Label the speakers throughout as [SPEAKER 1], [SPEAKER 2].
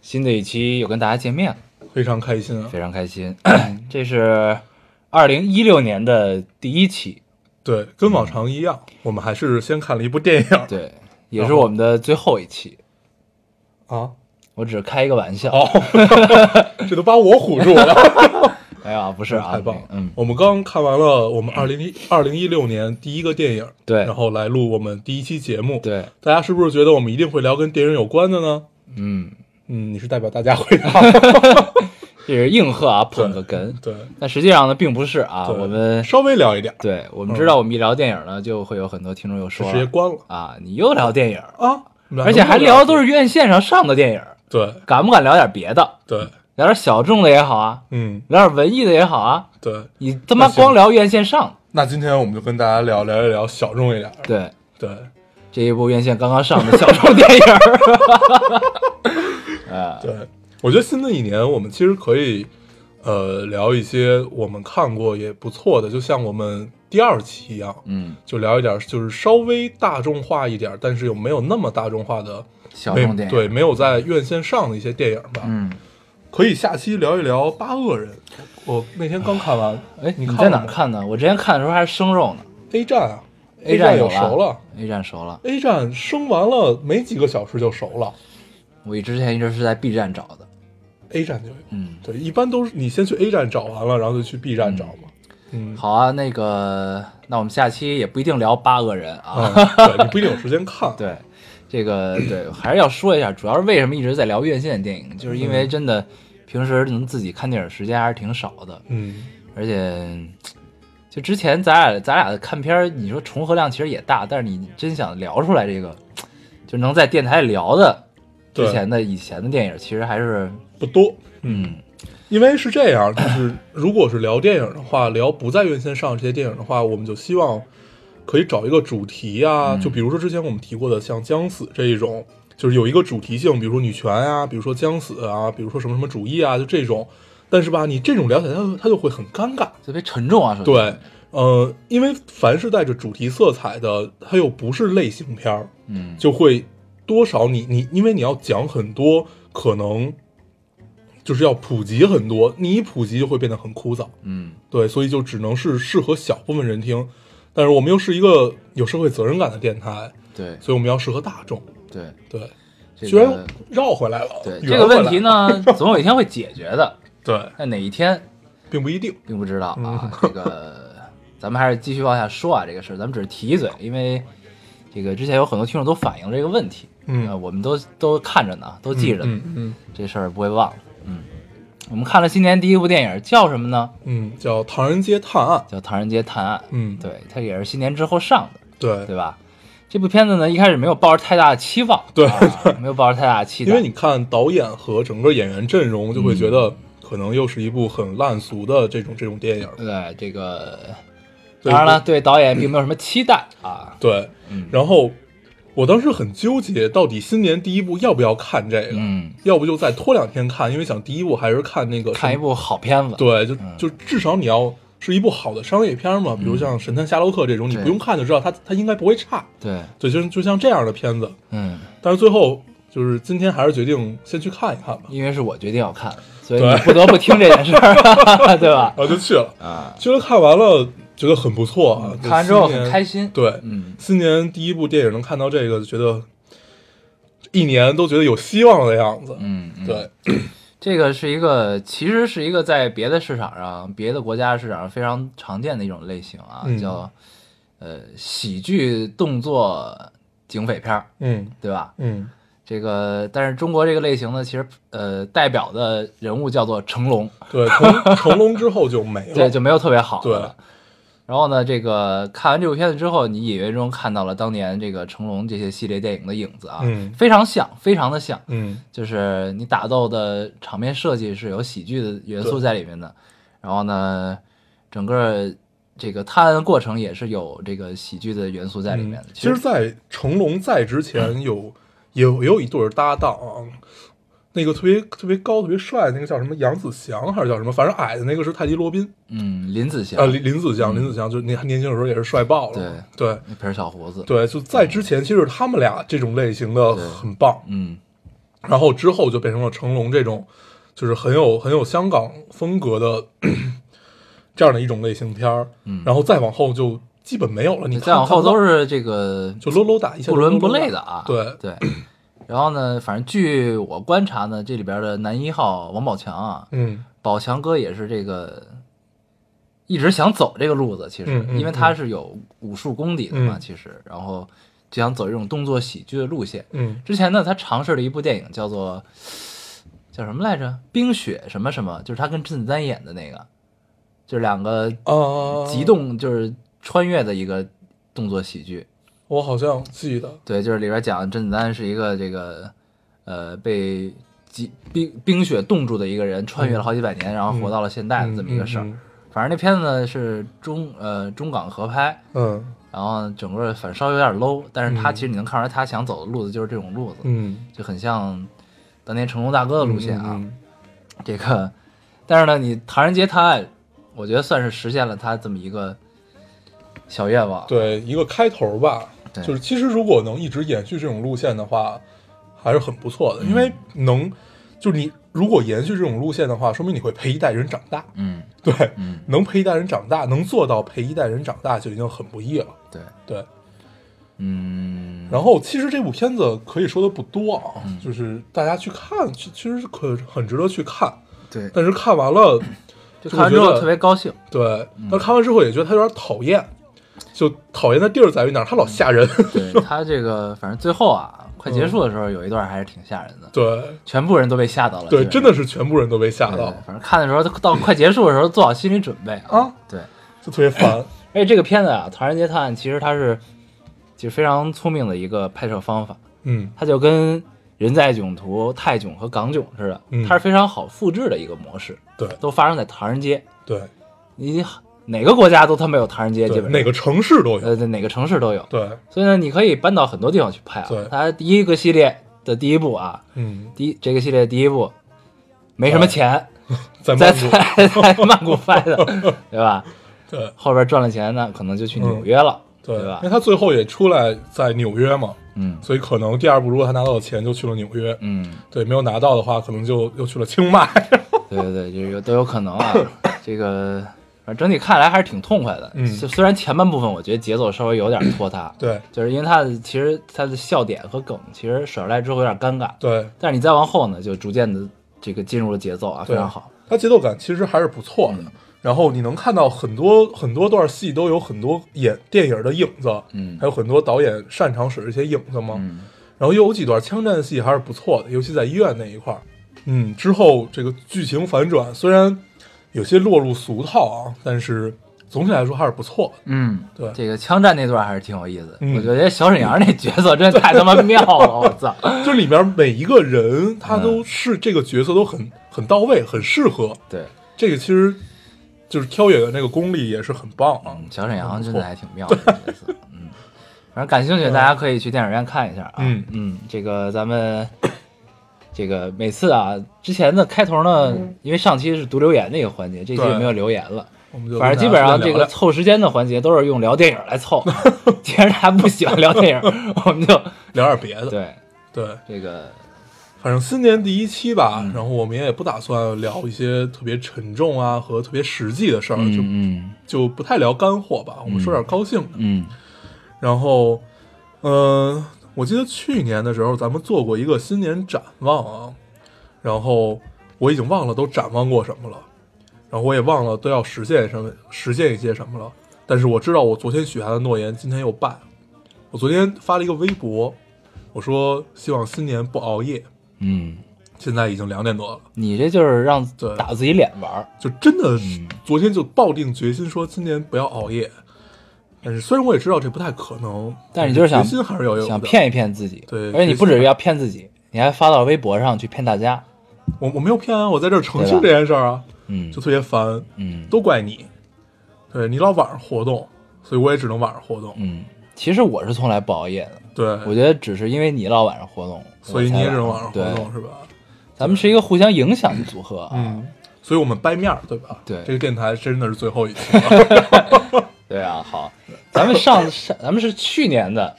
[SPEAKER 1] 新的一期又跟大家见面了，
[SPEAKER 2] 非常开心啊！
[SPEAKER 1] 非常开心。这是二零一六年的第一期，
[SPEAKER 2] 对，跟往常一样，我们还是先看了一部电影
[SPEAKER 1] 嗯对，也是我们的最后一期。
[SPEAKER 2] 啊。
[SPEAKER 1] 我只是开一个玩笑，
[SPEAKER 2] 哦，这都把我唬住了，
[SPEAKER 1] 哎呀，不是 啊，
[SPEAKER 2] 太棒了！
[SPEAKER 1] 嗯，
[SPEAKER 2] 我们刚看完了我们二零一二零一六年第一个电影，
[SPEAKER 1] 对
[SPEAKER 2] 然后来录我们第一期节目。，
[SPEAKER 1] 对，
[SPEAKER 2] 大家是不是觉得我们一定会聊跟电影有关的呢？
[SPEAKER 1] 嗯，
[SPEAKER 2] 嗯，你是代表大家回 答。
[SPEAKER 1] 这是硬核啊，捧个哏。
[SPEAKER 2] 对，
[SPEAKER 1] 但实际上呢，并不是啊，
[SPEAKER 2] 对
[SPEAKER 1] 我们
[SPEAKER 2] 稍微聊一点，
[SPEAKER 1] 对我们知道，我们一聊电影呢，就会有很多听众又
[SPEAKER 2] 就
[SPEAKER 1] 说
[SPEAKER 2] 直接
[SPEAKER 1] 了
[SPEAKER 2] 关了
[SPEAKER 1] 啊，你又聊电影，
[SPEAKER 2] 嗯啊。我们俩
[SPEAKER 1] 而且
[SPEAKER 2] 能
[SPEAKER 1] 还
[SPEAKER 2] 不能
[SPEAKER 1] 聊的都是院线上上的电影，
[SPEAKER 2] 对
[SPEAKER 1] 敢不敢聊点别的？
[SPEAKER 2] 对，
[SPEAKER 1] 聊点小众的也好啊，
[SPEAKER 2] 嗯
[SPEAKER 1] 聊点文艺的也好啊，
[SPEAKER 2] 对。
[SPEAKER 1] 你他妈
[SPEAKER 2] 那行
[SPEAKER 1] 光聊院线上，
[SPEAKER 2] 那今天我们就跟大家聊聊一聊小众一点，
[SPEAKER 1] 对
[SPEAKER 2] 对，
[SPEAKER 1] 这一部院线刚刚上的小众电影儿， 啊
[SPEAKER 2] 对，我觉得新的一年我们其实可以，呃，聊一些我们看过也不错的，就像我们第二期一样，
[SPEAKER 1] 嗯，
[SPEAKER 2] 就聊一点就是稍微大众化一点，但是又没有那么大众化的
[SPEAKER 1] 小众
[SPEAKER 2] 没
[SPEAKER 1] 电影，
[SPEAKER 2] 对，，没有在院线上的一些电影吧。
[SPEAKER 1] 嗯，
[SPEAKER 2] 可以下期聊一聊《八恶人》，我那天刚看完。
[SPEAKER 1] 哎，
[SPEAKER 2] 你
[SPEAKER 1] 你
[SPEAKER 2] 看
[SPEAKER 1] 在哪儿
[SPEAKER 2] 了吗
[SPEAKER 1] 看的？我之前看的时候还是生肉呢
[SPEAKER 2] A 站啊
[SPEAKER 1] ，A
[SPEAKER 2] 站
[SPEAKER 1] 站
[SPEAKER 2] 有
[SPEAKER 1] 有
[SPEAKER 2] 熟了
[SPEAKER 1] ，A 站熟了，
[SPEAKER 2] ，A 站升完了没几个小时就熟了
[SPEAKER 1] 我之前一直是在 B 站找的，
[SPEAKER 2] ，A 站就有。
[SPEAKER 1] 嗯，
[SPEAKER 2] 对，一般都是你先去 A 站找完了，然后就去 B 站找嘛。嗯，
[SPEAKER 1] 好啊，那个，那我们下期也不一定聊八恶人啊。
[SPEAKER 2] 啊，对你不一定有时间看。
[SPEAKER 1] 对，这个对，还是要说一下，主要是为什么一直在聊院线电影，就是因为真的平时能自己看电影时间还是挺少的，
[SPEAKER 2] 嗯，
[SPEAKER 1] 而且就之前咱俩咱俩的看片儿，你说重合量其实也大，但是你真想聊出来这个，就能在电台里聊的之
[SPEAKER 2] 对
[SPEAKER 1] 前的以前的电影，其实还是
[SPEAKER 2] 不多，
[SPEAKER 1] 嗯
[SPEAKER 2] 因为是这样，就是如果是聊电影的话，聊不在院线上这些电影的话，我们就希望可以找一个主题
[SPEAKER 1] 嗯
[SPEAKER 2] 啊，就比如说之前我们提过的像将死这一种，就是有一个主题性，比如说女权啊，比如说将死啊，比如说什么什么主义啊，就这种。但是吧，你这种聊起来，它它就会很尴尬。
[SPEAKER 1] 特别沉重啊，说实
[SPEAKER 2] 对，呃，因为凡是带着主题色彩的，它又不是类型片儿，
[SPEAKER 1] 嗯
[SPEAKER 2] 就会多少你你，因为你要讲很多，可能就是要普及很多，你一普及就会变得很枯燥，
[SPEAKER 1] 嗯
[SPEAKER 2] 对，所以就只能是适合小部分人听，但是我们又是一个有社会责任感的电台，
[SPEAKER 1] 对
[SPEAKER 2] 所以我们要适合大众，
[SPEAKER 1] 对，
[SPEAKER 2] 对，
[SPEAKER 1] 这
[SPEAKER 2] 居然
[SPEAKER 1] 个
[SPEAKER 2] 绕回来了，
[SPEAKER 1] 对
[SPEAKER 2] 圆
[SPEAKER 1] 这个问
[SPEAKER 2] 回来
[SPEAKER 1] 题
[SPEAKER 2] 了，
[SPEAKER 1] 呢，总有一天会解决的，
[SPEAKER 2] 对，
[SPEAKER 1] 但哪一天
[SPEAKER 2] 并不一定，
[SPEAKER 1] 并不知道啊
[SPEAKER 2] 嗯。
[SPEAKER 1] 这个咱们还是继续往下说啊，这个事儿，咱们只是提一嘴，因为这个之前有很多听众都反映这个问题，
[SPEAKER 2] 嗯
[SPEAKER 1] 呃我们都都看着呢，都记着呢，
[SPEAKER 2] 嗯嗯
[SPEAKER 1] 这事儿不会忘的。嗯，我们看了今年第一部电影叫什么呢？
[SPEAKER 2] 嗯，叫《唐人街探案》，
[SPEAKER 1] 叫《唐人街探案》。
[SPEAKER 2] 嗯，
[SPEAKER 1] 对，它也是新年之后上的，
[SPEAKER 2] 对
[SPEAKER 1] 对吧？这部片子呢，一开始没有抱着太大的期望，
[SPEAKER 2] 对
[SPEAKER 1] 啊没有抱着太大的期待，
[SPEAKER 2] 因为你看导演和整个演员阵容，就会觉
[SPEAKER 1] 嗯
[SPEAKER 2] 得可能又是一部很烂俗的这种这种电影。
[SPEAKER 1] 对这个，
[SPEAKER 2] 对
[SPEAKER 1] 当然了，对导演并没有什么期待啊。
[SPEAKER 2] 对，然后我当时很纠结，到底新年第一部要不要看这个，
[SPEAKER 1] 嗯，
[SPEAKER 2] 要不就再拖两天看，因为想第一部还是看那个
[SPEAKER 1] 看一
[SPEAKER 2] 神，
[SPEAKER 1] 部好片子，
[SPEAKER 2] 对，就就至少你要是一部好的商业片嘛，比如像《神探夏洛克》这种，你
[SPEAKER 1] 嗯对
[SPEAKER 2] 不用看就知道它它应该不会差。
[SPEAKER 1] 对，
[SPEAKER 2] 对，就就像这样的片子，
[SPEAKER 1] 嗯。
[SPEAKER 2] 但是最后就是今天还是决定先去看一看吧，
[SPEAKER 1] 因为是我决定要看，所以
[SPEAKER 2] 对
[SPEAKER 1] 你不得不听这件事儿， 对吧？
[SPEAKER 2] 然后就去了。
[SPEAKER 1] 啊，嗯
[SPEAKER 2] 觉得看完了觉得很不错啊，
[SPEAKER 1] 看完之后很开
[SPEAKER 2] 心。
[SPEAKER 1] 心。
[SPEAKER 2] 对，
[SPEAKER 1] 嗯，
[SPEAKER 2] 新年第一部电影能看到这个，就觉得一年都觉得有希望的样子。
[SPEAKER 1] 嗯，嗯
[SPEAKER 2] 对，
[SPEAKER 1] 这个是一个，其实是一个在别的市场上、别的国家市场上非常常见的一种类型啊，
[SPEAKER 2] 嗯
[SPEAKER 1] 叫呃喜剧动作警匪片儿，
[SPEAKER 2] 嗯
[SPEAKER 1] 对吧？
[SPEAKER 2] 嗯，
[SPEAKER 1] 这个，但是中国这个类型呢，其实呃代表的人物叫做成龙，
[SPEAKER 2] 对，从 成龙之后就没了。
[SPEAKER 1] 对，就没有特别好的
[SPEAKER 2] 对
[SPEAKER 1] 了。然后呢，这个看完这部片子之后，你隐约中看到了当年这个成龙这些系列电影的影子啊，
[SPEAKER 2] 嗯
[SPEAKER 1] 非常像，非常的像，
[SPEAKER 2] 嗯，
[SPEAKER 1] 就是你打斗的场面设计是有喜剧的元素在里面的，然后呢，整个这个探案过程也是有这个喜剧的元素在里面的。
[SPEAKER 2] 嗯其实，在成龙在之前有有也有一对儿搭档啊，那个特别特别高、特别帅，那个叫什么杨子祥还是叫什么？反正矮的那个是泰迪罗宾
[SPEAKER 1] 嗯，林子祥
[SPEAKER 2] 啊，林林子祥，林子祥就是年年轻的时候也是帅爆了，
[SPEAKER 1] 嗯对
[SPEAKER 2] 对
[SPEAKER 1] 那撇小胡子，
[SPEAKER 2] 对就在之前其实他们俩这种类型的
[SPEAKER 1] 对
[SPEAKER 2] 很棒，
[SPEAKER 1] 嗯，
[SPEAKER 2] 然后之后就变成了成龙这种，就是很有很有香港风格的这样的一种类型片儿，
[SPEAKER 1] 嗯
[SPEAKER 2] 然后再往后就基本没有了。你看
[SPEAKER 1] 再往后
[SPEAKER 2] 看不到
[SPEAKER 1] 都是这个
[SPEAKER 2] 就搂搂打，一下
[SPEAKER 1] 不
[SPEAKER 2] 就搂
[SPEAKER 1] 伦
[SPEAKER 2] 搂
[SPEAKER 1] 不
[SPEAKER 2] 打
[SPEAKER 1] 类的啊。
[SPEAKER 2] 对
[SPEAKER 1] 对。然后呢，反正据我观察呢，这里边的男一号王宝强啊，
[SPEAKER 2] 嗯
[SPEAKER 1] 宝强哥也是这个一直想走这个路子，其实、
[SPEAKER 2] 嗯嗯
[SPEAKER 1] 因为他是有武术功底的嘛，
[SPEAKER 2] 嗯
[SPEAKER 1] 其实，然后就想走这种动作喜剧的路线。
[SPEAKER 2] 嗯
[SPEAKER 1] 之前呢，他尝试了一部电影，叫做叫什么来着，《冰雪》什么什么，就是他跟甄子丹演的那个，就是两个
[SPEAKER 2] 啊，
[SPEAKER 1] 嗯极，动，就是穿越的一个动作喜剧。
[SPEAKER 2] 我好像记得，
[SPEAKER 1] 对，就是里边讲甄子丹是一个这个呃被极冰冰雪冻住的一个人，穿越了好几百年，然后活到了现代哎的这么一个事儿。
[SPEAKER 2] 嗯
[SPEAKER 1] 反正那片子呢是中呃中港合拍，
[SPEAKER 2] 嗯
[SPEAKER 1] 然后整个反正稍微有点 low，但是他
[SPEAKER 2] 嗯
[SPEAKER 1] 其实你能看出来他想走的路子就是这种路子，
[SPEAKER 2] 嗯，
[SPEAKER 1] 就很像当年成龙大哥的路线啊。
[SPEAKER 2] 嗯，
[SPEAKER 1] 这个，但是呢，你《唐人街探案》，我觉得算是实现了他这么一个小愿望。
[SPEAKER 2] 对，一个开头吧，
[SPEAKER 1] 对
[SPEAKER 2] 就是其实如果能一直延续这种路线的话，还是很不错的，因为
[SPEAKER 1] 嗯
[SPEAKER 2] 能，就是你如果延续这种路线的话，说明你会陪一代人长大，
[SPEAKER 1] 嗯
[SPEAKER 2] 对，
[SPEAKER 1] 嗯，
[SPEAKER 2] 能陪一代人长大，能做到陪一代人长大就已经很不易了，
[SPEAKER 1] 对，
[SPEAKER 2] 对。
[SPEAKER 1] 嗯，
[SPEAKER 2] 然后其实这部片子可以说的不多啊，就是大家去看，其其实可很值得去看，
[SPEAKER 1] 对，
[SPEAKER 2] 但是看完了，
[SPEAKER 1] 就
[SPEAKER 2] 就
[SPEAKER 1] 看完
[SPEAKER 2] 我
[SPEAKER 1] 之
[SPEAKER 2] 觉
[SPEAKER 1] 后
[SPEAKER 2] 得
[SPEAKER 1] 特别高兴。
[SPEAKER 2] 对，
[SPEAKER 1] 嗯
[SPEAKER 2] 但看完之后也觉得他有点讨厌，就讨厌的地儿在于哪儿？他老吓人，
[SPEAKER 1] 对他这个，反正最后啊，快结束的时候有一段还是挺吓人的，
[SPEAKER 2] 对
[SPEAKER 1] 全部人都被吓到了。
[SPEAKER 2] 对，
[SPEAKER 1] 基
[SPEAKER 2] 真
[SPEAKER 1] 本上
[SPEAKER 2] 的是全部人都被吓
[SPEAKER 1] 对
[SPEAKER 2] 到
[SPEAKER 1] 对，反正看的时候，到快结束的时候，做好心理准备啊。
[SPEAKER 2] 啊，
[SPEAKER 1] 对，
[SPEAKER 2] 就特别烦。
[SPEAKER 1] 而且这个片子啊，《唐人街探案》其实它是其实非常聪明的一个拍摄方法，
[SPEAKER 2] 嗯
[SPEAKER 1] 它就跟《人在囧途》《泰囧》和《港囧》似的
[SPEAKER 2] 嗯，
[SPEAKER 1] 它是非常好复制的一个模式，
[SPEAKER 2] 对
[SPEAKER 1] 都发生在唐人街。
[SPEAKER 2] 对
[SPEAKER 1] 你哪个国家都他妈有唐人街，
[SPEAKER 2] 对，
[SPEAKER 1] 基本上
[SPEAKER 2] 哪个城市都有，
[SPEAKER 1] 呃对哪个城市都有。
[SPEAKER 2] 对，
[SPEAKER 1] 所以呢，你可以搬到很多地方去拍啊
[SPEAKER 2] 对。
[SPEAKER 1] 它第一个系列的第一部啊，
[SPEAKER 2] 嗯，
[SPEAKER 1] 第一这个系列的第一部没什么钱，
[SPEAKER 2] 在
[SPEAKER 1] 在
[SPEAKER 2] 曼谷，
[SPEAKER 1] 在 在曼谷拍的，对吧？
[SPEAKER 2] 对
[SPEAKER 1] 后边赚了钱呢，可能就去纽约
[SPEAKER 2] 嗯
[SPEAKER 1] 了，对吧
[SPEAKER 2] 因为？他最后也出来在纽约嘛，
[SPEAKER 1] 嗯
[SPEAKER 2] 所以可能第二部如果他拿到了钱就去了纽约，
[SPEAKER 1] 嗯，
[SPEAKER 2] 对，没有拿到的话可能就又去了清迈。
[SPEAKER 1] 对对对，这个都有可能啊。这个反正整体看来还是挺痛快的。
[SPEAKER 2] 嗯
[SPEAKER 1] 就虽然前半部分我觉得节奏稍微有点拖沓，
[SPEAKER 2] 对
[SPEAKER 1] 就是因为它的其实它的笑点和梗其实甩出来之后有点尴尬，
[SPEAKER 2] 对，
[SPEAKER 1] 但是你再往后呢，就逐渐的这个进入了节奏啊，非
[SPEAKER 2] 对
[SPEAKER 1] 常好。
[SPEAKER 2] 它节奏感其实还是不错
[SPEAKER 1] 嗯
[SPEAKER 2] 的。然后你能看到很多很多段戏都有很多演电影的影子，
[SPEAKER 1] 嗯
[SPEAKER 2] 还有很多导演擅长使这些影子嘛。
[SPEAKER 1] 嗯
[SPEAKER 2] 然后又有几段枪战戏还是不错的，尤其在医院那一块儿。嗯，之后这个剧情反转虽然有些落入俗套啊，但是总体来说还是不错的。
[SPEAKER 1] 嗯，
[SPEAKER 2] 对
[SPEAKER 1] 这个枪战那段还是挺有意思。
[SPEAKER 2] 嗯
[SPEAKER 1] 我觉得小沈阳那角色真的太他妈妙 了，我操！
[SPEAKER 2] 就是里面每一个人他
[SPEAKER 1] 嗯
[SPEAKER 2] 都是这个角色都很很到位，很适合。
[SPEAKER 1] 对，
[SPEAKER 2] 这个其实就是挑演员这个功力也是很棒啊。
[SPEAKER 1] 嗯，小沈阳真的还挺妙的这角色。嗯，反正感兴趣的大家可以去电影院看一下啊。
[SPEAKER 2] 嗯
[SPEAKER 1] 嗯，这个咱们这个每次啊，之前的开头呢，因为上期是读留言那个环节，这期
[SPEAKER 2] 对
[SPEAKER 1] 就没有留言了。
[SPEAKER 2] 我们就
[SPEAKER 1] 反正基本上这个
[SPEAKER 2] 跟大家随便聊聊
[SPEAKER 1] 凑时间的环节都是用聊电影来凑，既然大家不喜欢聊电影，我们就
[SPEAKER 2] 聊点别的，
[SPEAKER 1] 对
[SPEAKER 2] 对，
[SPEAKER 1] 这个
[SPEAKER 2] 反正新年第一期吧，
[SPEAKER 1] 嗯
[SPEAKER 2] 然后我们也不打算聊一些特别沉重啊和特别实际的事儿，
[SPEAKER 1] 嗯
[SPEAKER 2] 就就不太聊干货吧，我们说点高兴的。
[SPEAKER 1] 嗯
[SPEAKER 2] 然后，呃，我记得去年的时候咱们做过一个新年展望啊，然后我已经忘了都展望过什么了，然后我也忘了都要实现什么，实现一些什么了。但是我知道我昨天许下的诺言，今天又办。我昨天发了一个微博，我说希望新年不熬夜。
[SPEAKER 1] 嗯
[SPEAKER 2] 现在已经两点多了，
[SPEAKER 1] 你这就是让
[SPEAKER 2] 对
[SPEAKER 1] 打自己脸玩儿，
[SPEAKER 2] 就真的是
[SPEAKER 1] 嗯
[SPEAKER 2] 昨天就抱定决心说今年不要熬夜。但是虽然我也知道这不太可能，嗯
[SPEAKER 1] 但是你就是想
[SPEAKER 2] 决心还是要有的。
[SPEAKER 1] 想骗一骗自己。
[SPEAKER 2] 对
[SPEAKER 1] 而且你
[SPEAKER 2] 决
[SPEAKER 1] 不
[SPEAKER 2] 心
[SPEAKER 1] 只是
[SPEAKER 2] 吧
[SPEAKER 1] 要骗自己，你还发到微博上去骗大家。
[SPEAKER 2] 我，我没有骗啊，我在这儿澄
[SPEAKER 1] 对
[SPEAKER 2] 清
[SPEAKER 1] 吧
[SPEAKER 2] 这件事儿啊，
[SPEAKER 1] 嗯
[SPEAKER 2] 就特别烦，
[SPEAKER 1] 嗯
[SPEAKER 2] 都怪你，对你老晚上活动，所以我也只能晚上活动。
[SPEAKER 1] 嗯，其实我是从来不熬夜的，
[SPEAKER 2] 对，
[SPEAKER 1] 我觉得只是因为你老晚上活动，
[SPEAKER 2] 所以你也只能晚上
[SPEAKER 1] 对
[SPEAKER 2] 活动是吧？
[SPEAKER 1] 咱们是一个互相影响的组合啊。
[SPEAKER 2] 嗯，所以我们掰面儿对吧？
[SPEAKER 1] 对
[SPEAKER 2] 这个电台真的是最后一期 了。
[SPEAKER 1] 对啊，好，咱们上上咱们是去年的，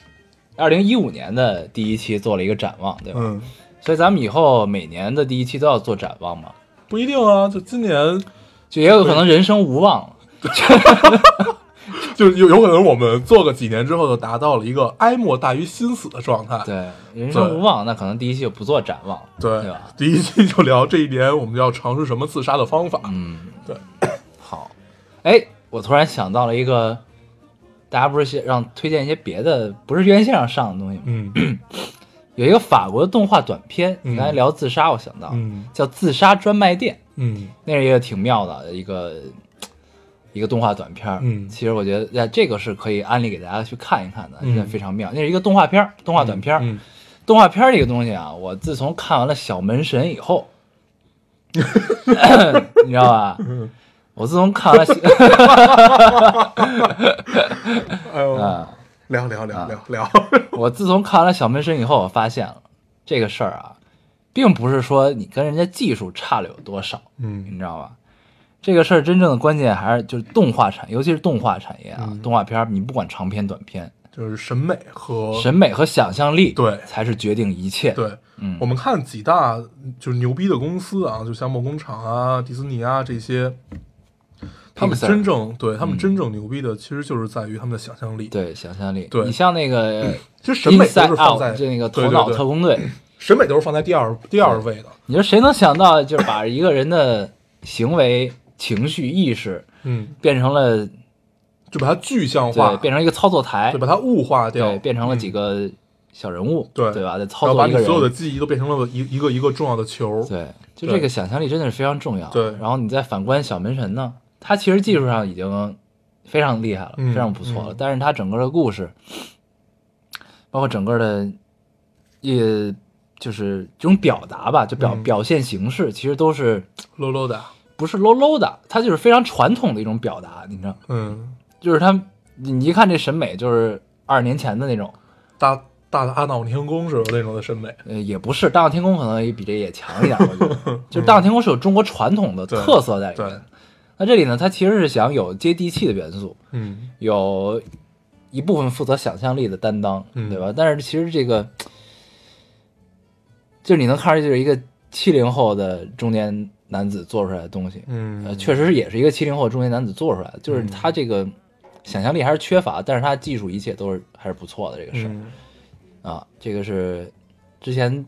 [SPEAKER 1] 二零一五年的第一期做了一个展望，对吧？
[SPEAKER 2] 嗯，
[SPEAKER 1] 所以咱们以后每年的第一期都要做展望嘛，
[SPEAKER 2] 不一定啊，就今年
[SPEAKER 1] 就也有可能人生无望了。
[SPEAKER 2] 就是有有可能我们做个几年之后，就达到了一个哀莫大于心死的状态。
[SPEAKER 1] 对，人生
[SPEAKER 2] 对
[SPEAKER 1] 无望，那可能第一期就不做展望了，
[SPEAKER 2] 对
[SPEAKER 1] 对吧？
[SPEAKER 2] 第一期就聊这一年我们要尝试什么自杀的方法。
[SPEAKER 1] 嗯，
[SPEAKER 2] 对。
[SPEAKER 1] 好，哎，我突然想到了一个，大家不是先让推荐一些别的，不是院线上上的东西吗？
[SPEAKER 2] 嗯
[SPEAKER 1] 有一个法国动画短片，
[SPEAKER 2] 嗯
[SPEAKER 1] 你刚才聊自杀，我想到、
[SPEAKER 2] 嗯
[SPEAKER 1] 叫《自杀专卖店》。
[SPEAKER 2] 嗯
[SPEAKER 1] 那是一个挺妙的一个一个动画短片儿。
[SPEAKER 2] 嗯
[SPEAKER 1] 其实我觉得，哎，这个是可以安利给大家去看一看的，
[SPEAKER 2] 嗯
[SPEAKER 1] 真的非常妙。那是一个动画片儿，动画短片儿。
[SPEAKER 2] 嗯，
[SPEAKER 1] 动画片儿这个东西啊，我自从看完了《小门神》以后，你知道吧？我自从看完小，
[SPEAKER 2] 哎呦
[SPEAKER 1] 啊、
[SPEAKER 2] 聊聊聊聊聊，
[SPEAKER 1] 我自从看完了《小门神》以后，我发现了这个事儿啊，并不是说你跟人家技术差了有多少，
[SPEAKER 2] 嗯
[SPEAKER 1] 你知道吧？这个事儿真正的关键还是就是动画产，尤其是动画产业啊，动画片儿你不管长篇短篇，
[SPEAKER 2] 就是审美和
[SPEAKER 1] 审美和想象力
[SPEAKER 2] 对
[SPEAKER 1] 才是决定一切。，
[SPEAKER 2] 对，
[SPEAKER 1] 嗯
[SPEAKER 2] 我们看几大就是牛逼的公司啊，就像梦工厂啊、迪士尼啊这些，他们
[SPEAKER 1] Pixar
[SPEAKER 2] 真正对他们真正牛逼的，其实就是在于他们的想象力。
[SPEAKER 1] 嗯对，想象力。
[SPEAKER 2] 对嗯
[SPEAKER 1] 你像那个
[SPEAKER 2] 其实审美都
[SPEAKER 1] Inside
[SPEAKER 2] 是放
[SPEAKER 1] Out，
[SPEAKER 2] 在
[SPEAKER 1] 就那个
[SPEAKER 2] 对
[SPEAKER 1] 头脑
[SPEAKER 2] 对
[SPEAKER 1] 特
[SPEAKER 2] 对，
[SPEAKER 1] 工队，
[SPEAKER 2] 审美都是放在第二第二位的。
[SPEAKER 1] 你说谁能想到就是把一个人的行为、情绪、意识
[SPEAKER 2] 嗯，
[SPEAKER 1] 变成了
[SPEAKER 2] 就把它具象化
[SPEAKER 1] 对，，变成一个操作台
[SPEAKER 2] 对，，把它物化掉
[SPEAKER 1] 对，，变成了几个小人物，
[SPEAKER 2] 对
[SPEAKER 1] 对吧？在操
[SPEAKER 2] 然后把
[SPEAKER 1] 作一
[SPEAKER 2] 你
[SPEAKER 1] 个人，
[SPEAKER 2] 所有的记忆都变成了一一个一个重要的球。
[SPEAKER 1] 对，就
[SPEAKER 2] 对
[SPEAKER 1] 这个想象力真的是非常重要。
[SPEAKER 2] 对
[SPEAKER 1] 然后你再反观小门神呢，他其实技术上已经非常厉害了，
[SPEAKER 2] 嗯
[SPEAKER 1] 非常不错了，
[SPEAKER 2] 嗯
[SPEAKER 1] 但是他整个的故事，包括整个的，也就是这种表达吧，就表、
[SPEAKER 2] 嗯
[SPEAKER 1] 表现形式，其实都是
[SPEAKER 2] ，low low 的，
[SPEAKER 1] 不是 low low 的，它就是非常传统的一种表达，你知道，
[SPEAKER 2] 嗯，
[SPEAKER 1] 就是他你你一看这审美就是二十年前的那种。
[SPEAKER 2] 大大的阿闹天宫似的那种的审美。
[SPEAKER 1] 呃，也不是，大闹天宫可能也比这也强一点，我 觉得，就是大闹天宫是有中国传统的
[SPEAKER 2] 对
[SPEAKER 1] 特色在里
[SPEAKER 2] 对
[SPEAKER 1] 面。那这里呢，它其实是想有接地气的元素，
[SPEAKER 2] 嗯，
[SPEAKER 1] 有一部分负责想象力的担当，
[SPEAKER 2] 嗯
[SPEAKER 1] 对吧？但是其实这个，就是你能看出来，就是一个七零后的中年男子做出来的东西，
[SPEAKER 2] 嗯
[SPEAKER 1] 呃，确实也是一个七零后中年男子做出来的，就是他这个想象力还是缺乏，但是他技术一切都是还是不错的这个事儿。
[SPEAKER 2] 嗯
[SPEAKER 1] 啊，这个是之前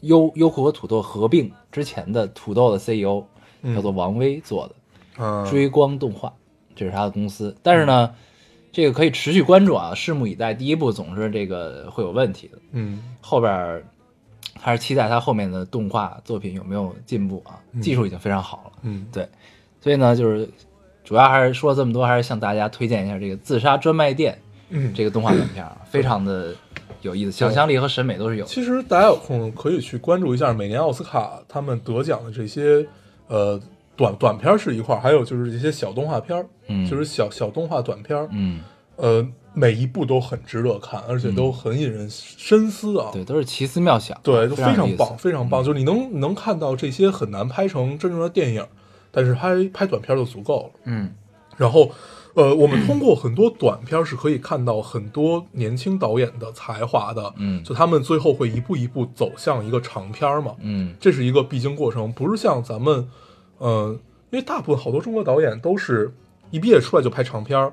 [SPEAKER 1] 优优酷和土豆合并之前的土豆的 CEO 叫做王威做的、
[SPEAKER 2] 嗯，
[SPEAKER 1] 追光动画，这是他的公司。但是呢，这个可以持续关注啊，拭目以待。第一部总是这个会有问题的，
[SPEAKER 2] 嗯
[SPEAKER 1] 后边儿还是期待他后面的动画作品有没有进步啊。技术已经非常好了，
[SPEAKER 2] 嗯，
[SPEAKER 1] 对，所以呢，就是主要还是说了这么多，还是向大家推荐一下这个《自杀专卖店》
[SPEAKER 2] 嗯
[SPEAKER 1] 这个动画短片，啊，非常的有意思，想象力和审美都是有的。
[SPEAKER 2] 其实大家有空可以去关注一下每年奥斯卡他们得奖的这些呃短短片儿是一块儿，还有就是这些小动画片儿，
[SPEAKER 1] 嗯
[SPEAKER 2] 就是小小动画短片儿，
[SPEAKER 1] 嗯，
[SPEAKER 2] 呃，每一部都很值得看，而且都很引人深思啊。
[SPEAKER 1] 对，都是奇思妙想，啊
[SPEAKER 2] 对，就非
[SPEAKER 1] 常有
[SPEAKER 2] 常
[SPEAKER 1] 意
[SPEAKER 2] 棒，
[SPEAKER 1] 思。嗯
[SPEAKER 2] 非常棒。就是你能能看到这些很难拍成真正的电影，但是拍拍短片就足够了。
[SPEAKER 1] 嗯，
[SPEAKER 2] 然后，呃，我们通过很多短片是可以看到很多年轻导演的才华的。
[SPEAKER 1] 嗯
[SPEAKER 2] 就他们最后会一步一步走向一个长片嘛。
[SPEAKER 1] 嗯
[SPEAKER 2] 这是一个必经过程，不是像咱们，呃，因为大部分好多中国导演都是一毕业出来就拍长片儿，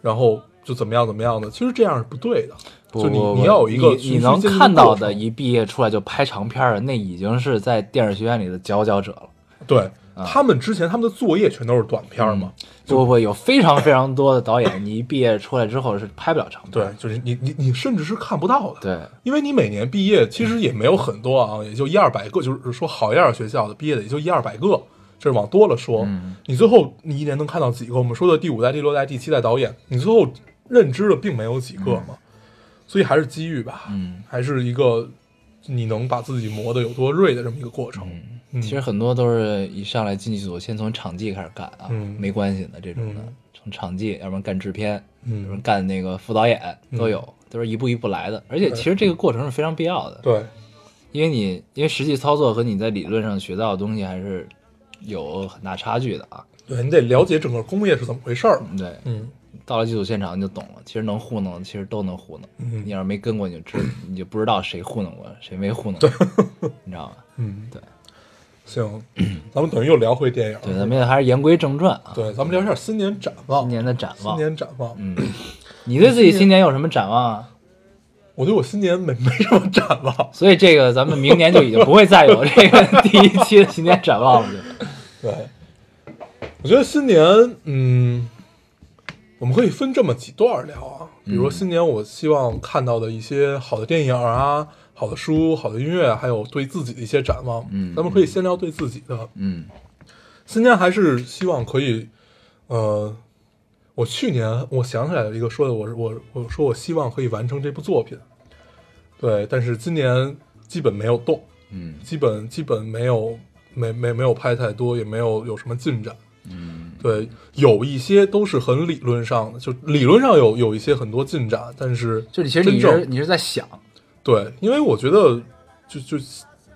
[SPEAKER 2] 然后就怎么样怎么样的，其实这样是不对的。
[SPEAKER 1] 不
[SPEAKER 2] 就你
[SPEAKER 1] 不
[SPEAKER 2] 你
[SPEAKER 1] 不
[SPEAKER 2] 要有一个
[SPEAKER 1] 你
[SPEAKER 2] 循序
[SPEAKER 1] 你能
[SPEAKER 2] 渐进
[SPEAKER 1] 看到
[SPEAKER 2] 过
[SPEAKER 1] 的，
[SPEAKER 2] 程
[SPEAKER 1] 一毕业出来就拍长片儿的，那已经是在电影学院里的佼佼者了。
[SPEAKER 2] 对，他们之前他们的作业全都是短片儿嘛，
[SPEAKER 1] 不不嗯不，有非常非常多的导演，你一毕业出来之后是拍不了长片。
[SPEAKER 2] 对，就是你你你甚至是看不到的，
[SPEAKER 1] 对，嗯
[SPEAKER 2] 因为你每年毕业其实也没有很多啊，也就一二百个，就是说好一点的学校的毕业的也就一二百个，这是往多了说。
[SPEAKER 1] 嗯
[SPEAKER 2] 你最后你一年能看到几个？我们说的第五代、第六代、第七代导演，你最后认知的并没有几个嘛，所以还是机遇吧，
[SPEAKER 1] 嗯，
[SPEAKER 2] 还是一个你能把自己磨得有多锐的这么一个过程。嗯
[SPEAKER 1] 其实很多都是一上来进剧组，先从场记开始干啊，
[SPEAKER 2] 嗯
[SPEAKER 1] 没关系的这种的
[SPEAKER 2] 嗯，
[SPEAKER 1] 从场记，要不然干制片，要不然
[SPEAKER 2] 嗯，
[SPEAKER 1] 干那个副导演都有，都是一步一步来的。而且其实这
[SPEAKER 2] 嗯
[SPEAKER 1] 个过程是非常必要的，
[SPEAKER 2] 对，
[SPEAKER 1] 因为你因为实际操作和你在理论上学到的东西还是有很大差距的啊。
[SPEAKER 2] 对你得了解整个工业是怎么回事儿。
[SPEAKER 1] 对，
[SPEAKER 2] 嗯
[SPEAKER 1] 到了剧组现场你就懂了，其实能糊弄的其实都能糊弄。
[SPEAKER 2] 嗯
[SPEAKER 1] 你要是没跟过，你就知你就不知道谁糊弄过，谁没糊弄过，你知道吧？
[SPEAKER 2] 嗯，
[SPEAKER 1] 对，
[SPEAKER 2] 行，咱们等于又聊回电影。
[SPEAKER 1] 对，咱们还是言归正传啊。
[SPEAKER 2] 对，咱们聊一下新年展望。
[SPEAKER 1] 今年的展
[SPEAKER 2] 新
[SPEAKER 1] 望，
[SPEAKER 2] 年展望，
[SPEAKER 1] 嗯，你对自己新年有什么展望啊？
[SPEAKER 2] 我对我新年没 没什么展望。
[SPEAKER 1] 所以这个咱们明年就已经不会再有这 个第一期的新年展望了。就
[SPEAKER 2] 对，我觉得新年，嗯，我们可以分这么几段儿聊啊。比
[SPEAKER 1] 嗯
[SPEAKER 2] 如说新年，我希望看到的一些好的电影啊、好的书、好的音乐，还有对自己的一些展望。
[SPEAKER 1] 嗯
[SPEAKER 2] 咱们可以先聊对自己的。
[SPEAKER 1] 嗯
[SPEAKER 2] 新年还是希望可以，呃，我去年我想起来有一个说的，我我我说我希望可以完成这部作品，对，但是今年基本没有动，
[SPEAKER 1] 嗯
[SPEAKER 2] 基本基本没有没没没有拍太多，也没有有什么进展，
[SPEAKER 1] 嗯
[SPEAKER 2] 对，有一些都是很理论上的，就理论上有有一些很多进展，但是
[SPEAKER 1] 就你其实你
[SPEAKER 2] 真
[SPEAKER 1] 是
[SPEAKER 2] 正
[SPEAKER 1] 你是在想，
[SPEAKER 2] 对，因为我觉得就就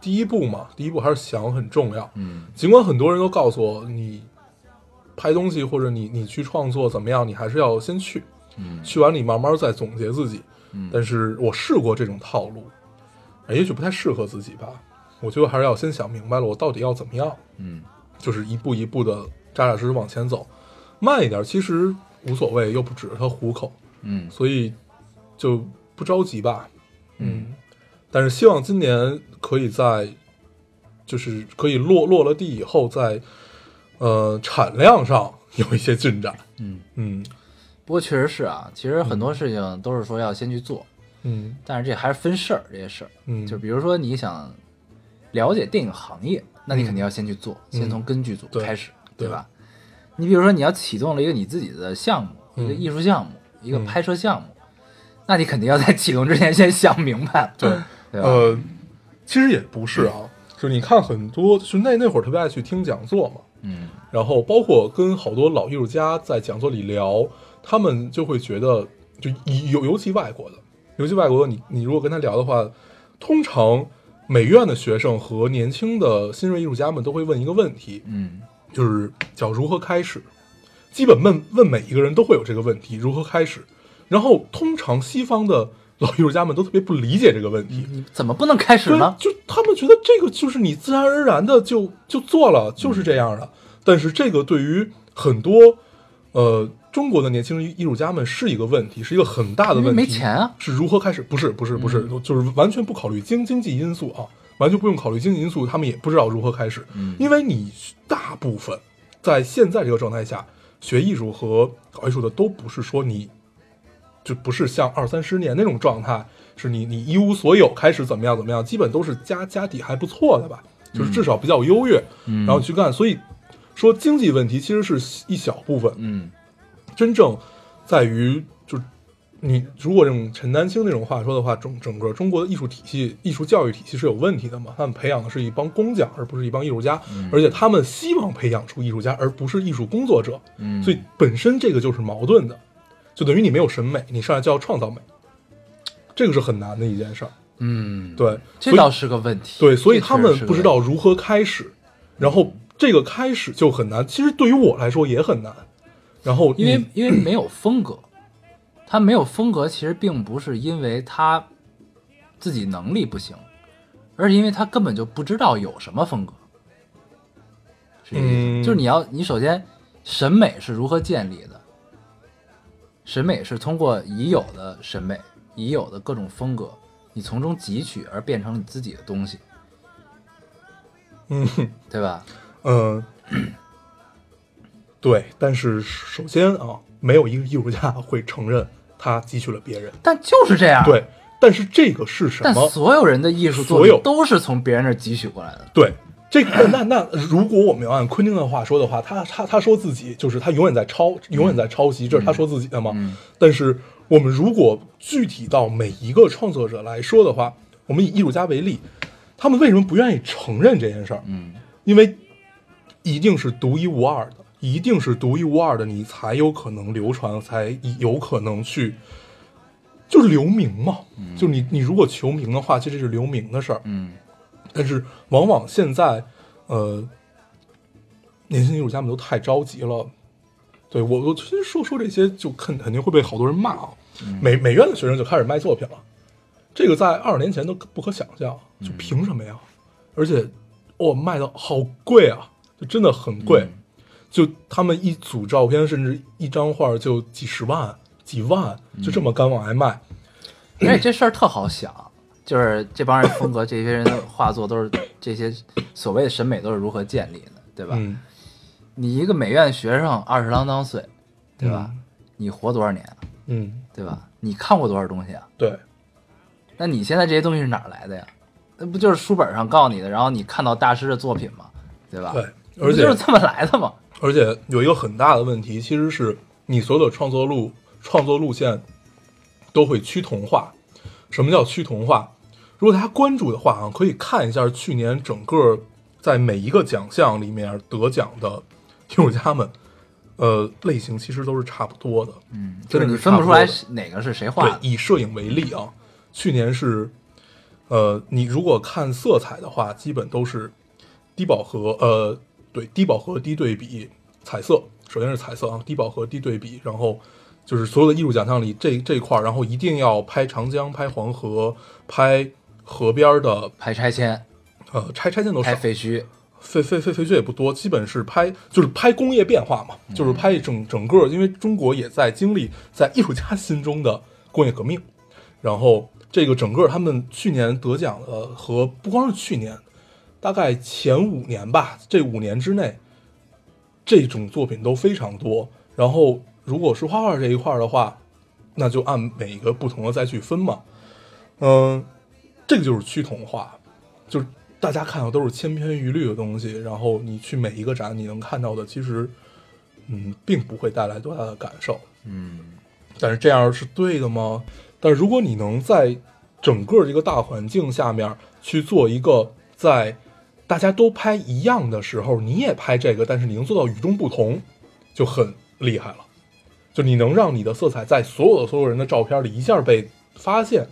[SPEAKER 2] 第一步嘛，第一步还是想很重要，
[SPEAKER 1] 嗯
[SPEAKER 2] 尽管很多人都告诉我，你拍东西或者你你去创作怎么样，你还是要先去，
[SPEAKER 1] 嗯
[SPEAKER 2] 去完你慢慢再总结自己。
[SPEAKER 1] 嗯
[SPEAKER 2] 但是我试过这种套路，哎也许不太适合自己吧。我觉得还是要先想明白了，我到底要怎么样，
[SPEAKER 1] 嗯
[SPEAKER 2] 就是一步一步的扎扎实实往前走，慢一点其实无所谓，又不指着它糊口，
[SPEAKER 1] 嗯
[SPEAKER 2] 所以就不着急吧。嗯，但是希望今年可以在，就是可以落落了地以后在，呃产量上有一些进展。
[SPEAKER 1] 嗯。
[SPEAKER 2] 嗯
[SPEAKER 1] 不过确实是啊，其实很多事情都是说要先去做，
[SPEAKER 2] 嗯
[SPEAKER 1] 但是这还是分事儿，这些事儿。
[SPEAKER 2] 嗯，
[SPEAKER 1] 就比如说你想了解电影行业，那你肯定要先去做，先从根据组
[SPEAKER 2] 嗯对
[SPEAKER 1] 开始，
[SPEAKER 2] 对
[SPEAKER 1] 吧？你比如说你要启动了一个你自己的项目，
[SPEAKER 2] 嗯
[SPEAKER 1] 一个艺术项目，一个
[SPEAKER 2] 嗯
[SPEAKER 1] 拍摄项目，那你肯定要在启动之前先想明白了，
[SPEAKER 2] 对
[SPEAKER 1] 对啊嗯吧？
[SPEAKER 2] 呃，其实也不是啊，就是你看很多，就那那会儿特别爱去听讲座嘛，
[SPEAKER 1] 嗯
[SPEAKER 2] 然后包括跟好多老艺术家在讲座里聊，他们就会觉得，就以尤尤其外国的，尤其外国的，你你如果跟他聊的话，通常美院的学生和年轻的新锐艺术家们都会问一个问题，
[SPEAKER 1] 嗯
[SPEAKER 2] 就是叫如何开始。基本问问每一个人都会有这个问题，如何开始。然后通常西方的老艺术家们都特别不理解这个问题，
[SPEAKER 1] 你怎么不能开始
[SPEAKER 2] 对，
[SPEAKER 1] 呢？
[SPEAKER 2] 就他们觉得这个就是你自然而然的就就做了，就是这样的。但是这个对于很多呃中国的年轻艺术家们是一个问题，是一个很大的
[SPEAKER 1] 因为
[SPEAKER 2] 问题。
[SPEAKER 1] 没钱啊，嗯
[SPEAKER 2] 是如何开始？不是，不是，不是，就是完全不考虑经经济因素啊，完全不用考虑经济因素，他们也不知道如何开始，
[SPEAKER 1] 嗯
[SPEAKER 2] 因为你大部分在现在这个状态下学艺术和搞艺术的都不是说你就不是像二三十年那种状态，是你你一无所有开始怎么样怎么样，基本都是家家底还不错的吧，就是至少比较优越，
[SPEAKER 1] 嗯
[SPEAKER 2] 然后去干。所以说经济问题其实是一小部分，
[SPEAKER 1] 嗯
[SPEAKER 2] 真正在于就是你如果用陈丹青那种话说的话，整整个中国的艺术体系、艺术教育体系是有问题的嘛？他们培养的是一帮工匠，而不是一帮艺术家，
[SPEAKER 1] 嗯
[SPEAKER 2] 而且他们希望培养出艺术家，而不是艺术工作者，
[SPEAKER 1] 嗯，
[SPEAKER 2] 所以本身这个就是矛盾的，就等于你没有审美，你上来就要创造美，这个是很难的一件事儿。
[SPEAKER 1] 嗯，
[SPEAKER 2] 对，
[SPEAKER 1] 这
[SPEAKER 2] 所以
[SPEAKER 1] 倒是个问题。
[SPEAKER 2] 对，所以
[SPEAKER 1] 这
[SPEAKER 2] 他
[SPEAKER 1] 确
[SPEAKER 2] 们
[SPEAKER 1] 实是个
[SPEAKER 2] 不知
[SPEAKER 1] 问
[SPEAKER 2] 道
[SPEAKER 1] 题
[SPEAKER 2] 如何开始，然后这个开始就很难。其实对于我来说也很难。然后
[SPEAKER 1] 因为
[SPEAKER 2] 你
[SPEAKER 1] 因为没有风格，他没有风格，其实并不是因为他自己能力不行，而是因为他根本就不知道有什么风格。是这个意
[SPEAKER 2] 嗯
[SPEAKER 1] 思，就是你要你首先审美是如何建立的，审美是通过已有的审美、已有的各种风格，你从中汲取而变成你自己的东西，
[SPEAKER 2] 嗯。
[SPEAKER 1] 对吧？
[SPEAKER 2] 嗯， 对，但是首先啊，没有一个艺术家会承认他汲取了别人。
[SPEAKER 1] 但就是这样。，
[SPEAKER 2] 对，但是这个是什
[SPEAKER 1] 但
[SPEAKER 2] 么？
[SPEAKER 1] 所有人的艺术作
[SPEAKER 2] 所
[SPEAKER 1] 品
[SPEAKER 2] 有
[SPEAKER 1] 都是从别人那儿汲取过来的。
[SPEAKER 2] 对，这个、那那如果我们要按昆汀的话说的话，他他他说自己就是他永远在抄，永远在抄袭，这是他说自己的嘛。但是我们如果具体到每一个创作者来说的话，我们以艺术家为例，他们为什么不愿意承认这件事儿？嗯，因为一定是独一无二的，一定是独一无二的，你才有可能流传，才有可能去。就是留名嘛，就是你你如果求名的话，其实是留名的事儿。
[SPEAKER 1] 嗯
[SPEAKER 2] 但是往往现在，呃，年轻艺术家们都太着急了。对我，我其实说说这些，就肯肯定会被好多人骂啊。
[SPEAKER 1] 嗯
[SPEAKER 2] 美美院的学生就开始卖作品了，这个在二十年前都不可想象，
[SPEAKER 1] 嗯
[SPEAKER 2] 就凭什么呀？而且，哦，卖的好贵啊，就真的很贵。
[SPEAKER 1] 嗯
[SPEAKER 2] 就他们一组照片，甚至一张画就几十万、几万，就这
[SPEAKER 1] 嗯
[SPEAKER 2] 么敢往外卖。
[SPEAKER 1] 而且这事儿特好想，就是这帮人风格，这些人的画作都是这些所谓的审美都是如何建立的，对吧？
[SPEAKER 2] 嗯，
[SPEAKER 1] 你一个美院学生二十郎当岁，对吧？你活多少年啊，
[SPEAKER 2] 嗯，
[SPEAKER 1] 对吧？你看过多少东西啊？
[SPEAKER 2] 对，
[SPEAKER 1] 那你现在这些东西是哪儿来的呀？那不就是书本上告诉你的，然后你看到大师的作品吗？对吧？
[SPEAKER 2] 对
[SPEAKER 1] 那不
[SPEAKER 2] 而且
[SPEAKER 1] 就是这么来的嘛。
[SPEAKER 2] 而且有一个很大的问题，其实是你所有的创作路、创作路线都会趋同化。什么叫趋同化？如果大家关注的话啊，可以看一下去年整个在每一个奖项里面得奖的艺术家们，呃，类型其实都是差不多的。嗯，真
[SPEAKER 1] 就是
[SPEAKER 2] 的
[SPEAKER 1] 你
[SPEAKER 2] 是
[SPEAKER 1] 分不
[SPEAKER 2] 差
[SPEAKER 1] 出
[SPEAKER 2] 多
[SPEAKER 1] 来
[SPEAKER 2] 的
[SPEAKER 1] 是哪个是谁画
[SPEAKER 2] 对，
[SPEAKER 1] 的。
[SPEAKER 2] 以摄影为例啊，去年是，呃，你如果看色彩的话，基本都是低饱和，呃，对，低饱和、低对比、彩色。首先是彩色啊，低饱和、低对比，然后就是所有的艺术奖项里这这一块儿，然后一定要拍长江、拍黄河、拍河边儿的，
[SPEAKER 1] 拍拆迁，
[SPEAKER 2] 呃，拆拆迁都
[SPEAKER 1] 拍
[SPEAKER 2] 少，
[SPEAKER 1] 废墟，
[SPEAKER 2] 废废废废墟也不多，基本是拍就是拍工业变化嘛，就是拍整整个，因为中国也在经历在艺术家心中的工业革命，然后这个整个他们去年得奖的和不光是去年，大概前五年吧，这五年之内，这种作品都非常多。然后如果是画画这一块儿的话，那就按每个不同的再去分嘛，嗯、这个就是趋同化，就是大家看到都是千篇一律的东西，然后你去每一个展，你能看到的其实，嗯，并不会带来多大的感受。嗯，但是这样是对的吗？但是如果你能在整个这个大环境下面去做一个在大家都拍一样的时候，你也拍这个，但是你能做到与众不同，就很厉害了。就你能让你的色彩在所有的所有人的照片里一下被发现，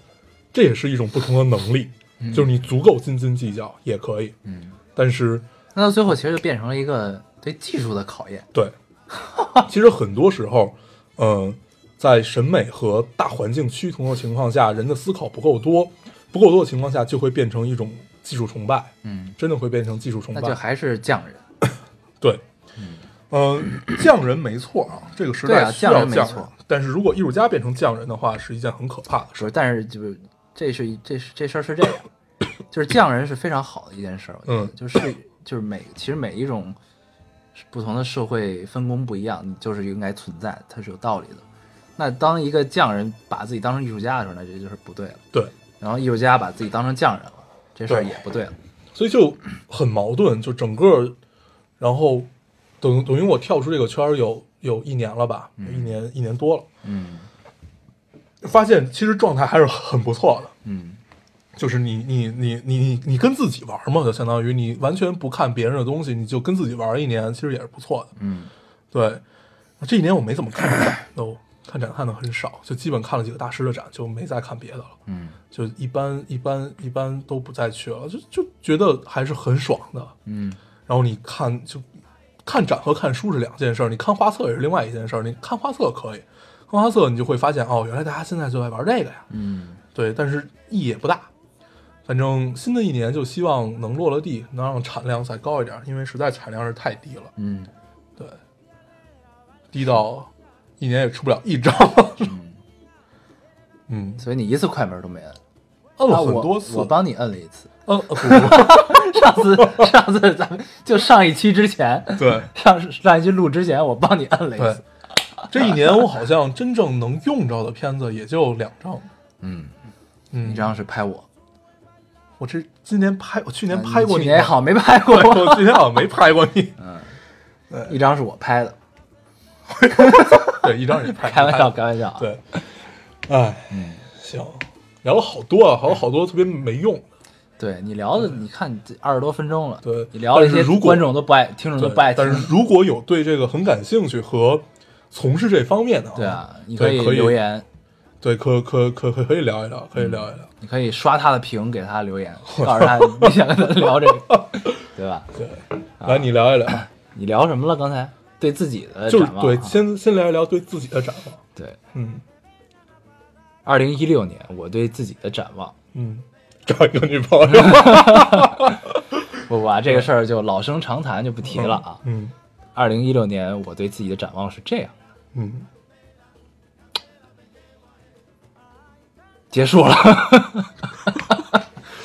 [SPEAKER 2] 这也是一种不同的能力。就是你足够斤斤计较也可以，
[SPEAKER 1] 嗯，
[SPEAKER 2] 但是
[SPEAKER 1] 那到最后其实就变成了一个对技术的考验。
[SPEAKER 2] 对， 其实很多时候，嗯，在审美和大环境趋同的情况下，人的思考不够多，不够多的情况下，就会变成一种技术崇拜，
[SPEAKER 1] 嗯，
[SPEAKER 2] 真的会变成技术崇
[SPEAKER 1] 那
[SPEAKER 2] 拜。
[SPEAKER 1] 就还是匠人。
[SPEAKER 2] 对，嗯，匠人没错啊，这个时
[SPEAKER 1] 对
[SPEAKER 2] 代
[SPEAKER 1] 啊
[SPEAKER 2] 需要
[SPEAKER 1] 匠人没
[SPEAKER 2] 匠人
[SPEAKER 1] 错。
[SPEAKER 2] 但是如果艺术家变成匠人的话，是一件很可怕的事。
[SPEAKER 1] 不是，但是就是这是一这是这事儿是这样，就是匠人是非常好的一件事儿，我觉得
[SPEAKER 2] 嗯
[SPEAKER 1] 就是就是每其实每一种不同的社会分工不一样，你就是应该存在，它是有道理的。那当一个匠人把自己当成艺术家的时候，那这就是不对了。
[SPEAKER 2] 对，
[SPEAKER 1] 然后艺术家把自己当成匠人了，这事儿
[SPEAKER 2] 对
[SPEAKER 1] 也不对了。
[SPEAKER 2] 所以就很矛盾，就整个，然后等等于我跳出这个圈儿有有一年了吧，有一年一年多了，
[SPEAKER 1] 嗯
[SPEAKER 2] 发现其实状态还是很不错的，
[SPEAKER 1] 嗯，
[SPEAKER 2] 就是你你你你你你跟自己玩嘛，就相当于你完全不看别人的东西，你就跟自己玩一年，其实也是不错的。
[SPEAKER 1] 嗯，
[SPEAKER 2] 对，这一年我没怎么看展，都看展看的很少，就基本看了几个大师的展，就没再看别的了。
[SPEAKER 1] 嗯，
[SPEAKER 2] 就一般一般一般都不再去了，就就觉得还是很爽的。
[SPEAKER 1] 嗯，
[SPEAKER 2] 然后你看就看展和看书是两件事儿，你看画册也是另外一件事儿。你看画册可以，看画册你就会发现哦，原来大家现在就在玩这个呀。
[SPEAKER 1] 嗯，
[SPEAKER 2] 对，但是意义也不大。反正新的一年就希望能落了地，能让产量再高一点，因为实在产量是太低了，
[SPEAKER 1] 嗯，
[SPEAKER 2] 对，低到一 年也出不了一张。嗯，
[SPEAKER 1] 所以你一次快门都没摁，
[SPEAKER 2] 摁
[SPEAKER 1] 啊，
[SPEAKER 2] 了很
[SPEAKER 1] 我
[SPEAKER 2] 多次，
[SPEAKER 1] 我帮你摁了一次。
[SPEAKER 2] 摁 呃不
[SPEAKER 1] 上次 上次咱们就上一期之前，
[SPEAKER 2] 不对
[SPEAKER 1] 上上一期录之前，我帮你摁了一
[SPEAKER 2] 对
[SPEAKER 1] 次。，
[SPEAKER 2] 这一年我好像真正能用着的片子也就两张，
[SPEAKER 1] 嗯，
[SPEAKER 2] 嗯，
[SPEAKER 1] 一张是拍我，
[SPEAKER 2] 我这今年拍，我去年
[SPEAKER 1] 嗯
[SPEAKER 2] 拍过
[SPEAKER 1] 去
[SPEAKER 2] 你
[SPEAKER 1] 年
[SPEAKER 2] 吗，
[SPEAKER 1] 好像没拍嗯过
[SPEAKER 2] 对，我去年好像没拍过你，
[SPEAKER 1] 一张是我拍的，
[SPEAKER 2] 对，一张也拍，
[SPEAKER 1] 开玩笑，嗯
[SPEAKER 2] 拍
[SPEAKER 1] 开玩笑啊。
[SPEAKER 2] 对，哎，行，聊了好多啊，还有好多特别没用的，
[SPEAKER 1] 对你聊的，你看这二十多分钟了，
[SPEAKER 2] 嗯对
[SPEAKER 1] 你聊了一
[SPEAKER 2] 但
[SPEAKER 1] 些
[SPEAKER 2] 是如果
[SPEAKER 1] 观众都不爱，听众都
[SPEAKER 2] 对
[SPEAKER 1] 不爱听
[SPEAKER 2] 但。是如果有对这个很感兴趣和从事这方面的，
[SPEAKER 1] 对啊，你
[SPEAKER 2] 对
[SPEAKER 1] 以
[SPEAKER 2] 可以
[SPEAKER 1] 留言，
[SPEAKER 2] 对，可可可可可以聊一聊，可以聊一聊，
[SPEAKER 1] 你可以刷他的屏，给他 留言，告诉他你想跟他聊这个，对吧？嗯
[SPEAKER 2] 对，
[SPEAKER 1] 啊
[SPEAKER 2] 来你聊一聊，
[SPEAKER 1] 你聊什么了？刚才对自己的
[SPEAKER 2] 就是
[SPEAKER 1] 展望啊，
[SPEAKER 2] 对，先先聊一聊对自己的展望，
[SPEAKER 1] 对。
[SPEAKER 2] 嗯
[SPEAKER 1] 二零一六年，我对自己的展望，
[SPEAKER 2] 嗯，找一个女朋 友，
[SPEAKER 1] 不不啊，这个事儿就老生常谈，就不提了啊。
[SPEAKER 2] 嗯
[SPEAKER 1] 二零一六年，我对自己的展望是这样，
[SPEAKER 2] 嗯，
[SPEAKER 1] 结束了。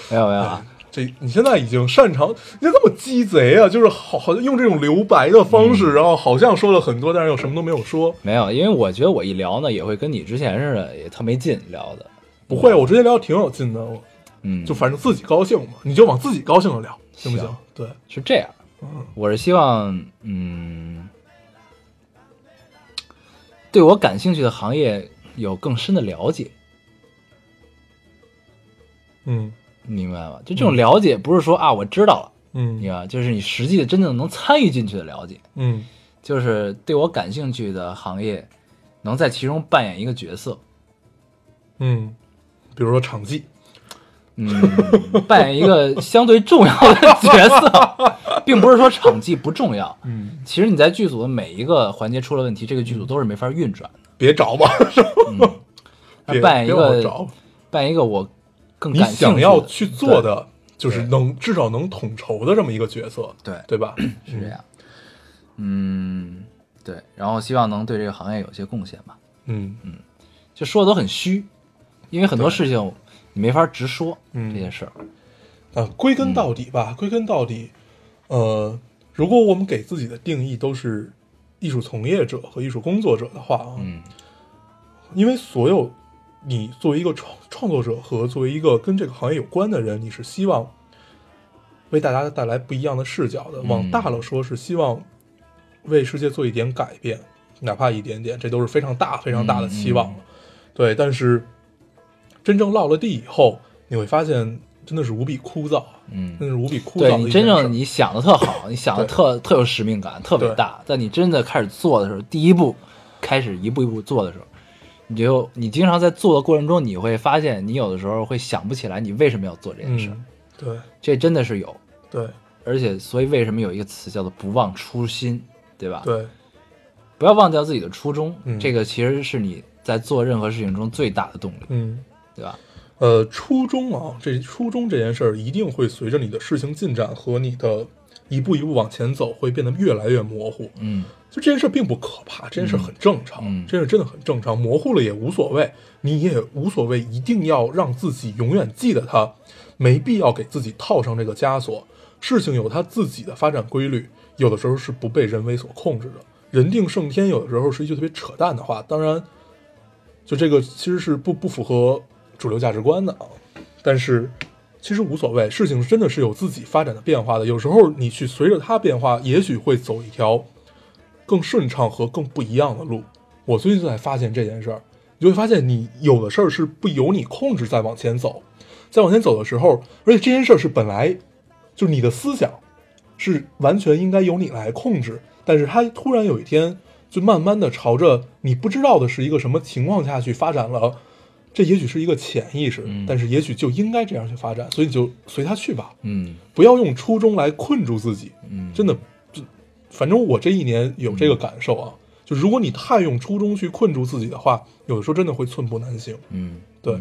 [SPEAKER 1] 没有没有啊，
[SPEAKER 2] 这你现在已经擅长，你怎么这么鸡贼啊？就是好好像用这种留白的方式，
[SPEAKER 1] 嗯
[SPEAKER 2] 然后好像说了很多，但是又什么都没有说。
[SPEAKER 1] 没有，因为我觉得我一聊呢，也会跟你之前似的，也特没劲聊的。
[SPEAKER 2] 不会，我之前聊挺有劲的，我
[SPEAKER 1] 嗯，
[SPEAKER 2] 就反正自己高兴嘛，你就往自己高兴的聊，行不行
[SPEAKER 1] 行？
[SPEAKER 2] 对，
[SPEAKER 1] 是这样
[SPEAKER 2] 嗯，
[SPEAKER 1] 我是希望，嗯，对我感兴趣的行业有更深的了解，
[SPEAKER 2] 嗯
[SPEAKER 1] 明白吗？就这种了解，不是说啊我知道了，你
[SPEAKER 2] 嗯
[SPEAKER 1] 啊，就是你实际的真正能参与进去的了解，
[SPEAKER 2] 嗯
[SPEAKER 1] 就是对我感兴趣的行业，能在其中扮演一个角色，
[SPEAKER 2] 嗯，比如说场记，
[SPEAKER 1] 嗯，扮演一个相对重要的角色， 并不是说场记不重要。
[SPEAKER 2] 嗯，
[SPEAKER 1] 其实你在剧组的每一个环节出了问题，这个剧组都是没法运转的。
[SPEAKER 2] 别找吧， 是吧别
[SPEAKER 1] 那扮嗯演一
[SPEAKER 2] 别往我
[SPEAKER 1] 个
[SPEAKER 2] 找，
[SPEAKER 1] 扮演一个我更
[SPEAKER 2] 你
[SPEAKER 1] 感兴
[SPEAKER 2] 想
[SPEAKER 1] 趣
[SPEAKER 2] 要
[SPEAKER 1] 的
[SPEAKER 2] 去做的就是能至少能统筹的这么一个角色，
[SPEAKER 1] 对
[SPEAKER 2] 对吧？
[SPEAKER 1] 是这样，嗯，对，然后希望能对这个行业有些贡献吧。
[SPEAKER 2] 嗯嗯
[SPEAKER 1] 就说的都很虚，因为很多事情你没法直说
[SPEAKER 2] 嗯
[SPEAKER 1] 这些事儿。嗯
[SPEAKER 2] 啊，归根到底吧，归根到底，呃，如果我们给自己的定义都是艺术从业者和艺术工作者的话啊，
[SPEAKER 1] 嗯
[SPEAKER 2] 因为所有你作为一个创创作者和作为一个跟这个行业有关的人，你是希望为大家带来不一样的视角
[SPEAKER 1] 嗯
[SPEAKER 2] 的。往大了说，是希望为世界做一点改变，哪怕一点点，这都是非常大、非常大的期
[SPEAKER 1] 嗯
[SPEAKER 2] 望了。对，但是真正落了地以后，你会发现真的是无比枯燥，
[SPEAKER 1] 嗯，
[SPEAKER 2] 真的是无比枯燥
[SPEAKER 1] 对
[SPEAKER 2] 的
[SPEAKER 1] 你
[SPEAKER 2] 一件
[SPEAKER 1] 真
[SPEAKER 2] 事儿
[SPEAKER 1] 正你想的特好，你想的
[SPEAKER 2] 对
[SPEAKER 1] 特特有使命感，特别
[SPEAKER 2] 对
[SPEAKER 1] 大。但你真的开始做的时候，第一步开始一步一步做的时候，你就你经常在做的过程中，你会发现你有的时候会想不起来你为什么要做这件事，
[SPEAKER 2] 嗯，对
[SPEAKER 1] 这真的是有。
[SPEAKER 2] 对
[SPEAKER 1] 而且，所以为什么有一个词叫做“不忘初心”，对吧？，
[SPEAKER 2] 对，
[SPEAKER 1] 不要忘掉自己的初衷，
[SPEAKER 2] 嗯
[SPEAKER 1] 这个其实是你在做任何事情中最大的动力，
[SPEAKER 2] 嗯。
[SPEAKER 1] 对吧？
[SPEAKER 2] 呃，初衷啊，这初衷这件事儿一定会随着你的事情进展和你的一步一步往前走，会变得越来越模糊。
[SPEAKER 1] 嗯
[SPEAKER 2] 就这件事并不可怕，这件事很正常，
[SPEAKER 1] 嗯嗯
[SPEAKER 2] 这件事真的很正常，模糊了也无所谓，你也无所谓，一定要让自己永远记得它，没必要给自己套上这个枷锁。事情有它自己的发展规律，有的时候是不被人为所控制的。人定胜天，有的时候是一句特别扯淡的话，当然，就这个其实是不不符合主流价值观的啊。但是其实无所谓，事情真的是有自己发展的变化的。有时候你去随着它变化，也许会走一条更顺畅和更不一样的路。我最近就在发现这件事儿，你就会发现你有的事儿是不由你控制在往前走，在往前走的时候，而且这件事儿是本来就是你的思想是完全应该由你来控制，但是它突然有一天就慢慢的朝着你不知道的是一个什么情况下去发展了。这也许是一个潜意识，但是也许就应该这样去发展，所以你就随它去吧，
[SPEAKER 1] 嗯
[SPEAKER 2] 不要用初衷来困住自己。
[SPEAKER 1] 嗯，
[SPEAKER 2] 真的，就反正我这一年有这个感受
[SPEAKER 1] 嗯
[SPEAKER 2] 啊，就如果你太用初衷去困住自己的话，有的时候真的会寸步难行。
[SPEAKER 1] 嗯，
[SPEAKER 2] 对，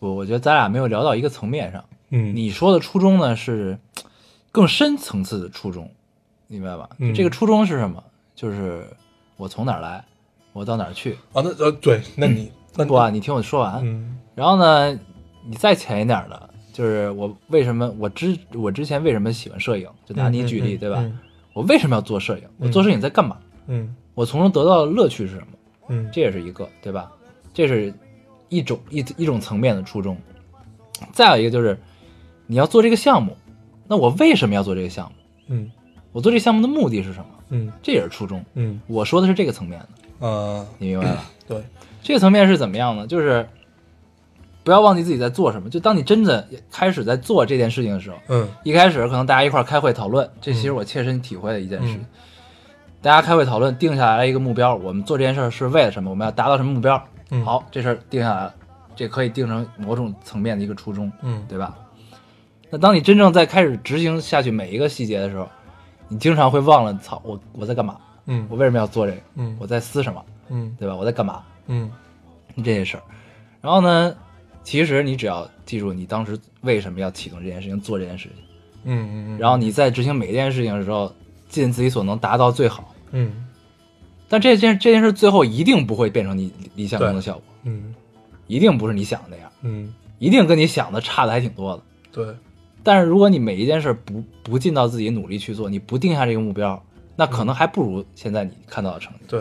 [SPEAKER 1] 我我觉得咱俩没有聊到一个层面上。
[SPEAKER 2] 嗯，
[SPEAKER 1] 你说的初衷呢是更深层次的初衷，明白吧？
[SPEAKER 2] 嗯
[SPEAKER 1] 这个初衷是什么？就是我从哪儿来，我到哪儿去。嗯
[SPEAKER 2] 啊，那呃，对，那你那
[SPEAKER 1] 不啊，你听我说完。
[SPEAKER 2] 嗯
[SPEAKER 1] 然后呢，你再前一点儿的，就是我为什么我之我之前为什么喜欢摄影，就拿你举例，对吧？
[SPEAKER 2] 嗯
[SPEAKER 1] 我为什么要做摄影？我做摄影在干嘛？
[SPEAKER 2] 嗯
[SPEAKER 1] 我从中得到的乐趣是什么？
[SPEAKER 2] 嗯
[SPEAKER 1] 这也是一个，对吧？这是一种一一种层面的初衷。再有一个就是，你要做这个项目，那我为什么要做这个项目？
[SPEAKER 2] 嗯
[SPEAKER 1] 我做这个项目的目的是什么？
[SPEAKER 2] 嗯
[SPEAKER 1] 这也是初衷。
[SPEAKER 2] 嗯
[SPEAKER 1] 我说的是这个层面的，
[SPEAKER 2] 啊，
[SPEAKER 1] 你明白吧？
[SPEAKER 2] 对，
[SPEAKER 1] 这个层面是怎么样呢？就是不要忘记自己在做什么。就当你真的开始在做这件事情的时候，
[SPEAKER 2] 嗯
[SPEAKER 1] 一开始可能大家一块儿开会讨论，这其实我切身体会的一件事
[SPEAKER 2] 嗯
[SPEAKER 1] 情。大家开会讨论，定下来一个目标，我们做这件事儿是为了什么？我们要达到什么目标？
[SPEAKER 2] 嗯
[SPEAKER 1] 好，这事儿定下来了，这可以定成某种层面的一个初衷，
[SPEAKER 2] 嗯
[SPEAKER 1] 对吧？那当你真正在开始执行下去每一个细节的时候，你经常会忘了，操，我我在干嘛？
[SPEAKER 2] 嗯
[SPEAKER 1] 我为什么要做这个？
[SPEAKER 2] 嗯
[SPEAKER 1] 我在思什么？
[SPEAKER 2] 嗯
[SPEAKER 1] 对吧？我在干嘛？
[SPEAKER 2] 嗯
[SPEAKER 1] 这些事儿。然后呢，其实你只要记住你当时为什么要启动这件事情，做这件事情，
[SPEAKER 2] 嗯嗯
[SPEAKER 1] 然后你在执行每一件事情的时候，尽自己所能达到最好。
[SPEAKER 2] 嗯
[SPEAKER 1] 但这件这件事最后一定不会变成你理想中的效果，
[SPEAKER 2] 嗯
[SPEAKER 1] 一定不是你想的那样，
[SPEAKER 2] 嗯，
[SPEAKER 1] 一定跟你想的差的还挺多的。
[SPEAKER 2] 对，
[SPEAKER 1] 但是如果你每一件事不不尽到自己努力去做，你不定下这个目标，那可能还不如现在你看到的成绩。
[SPEAKER 2] 对，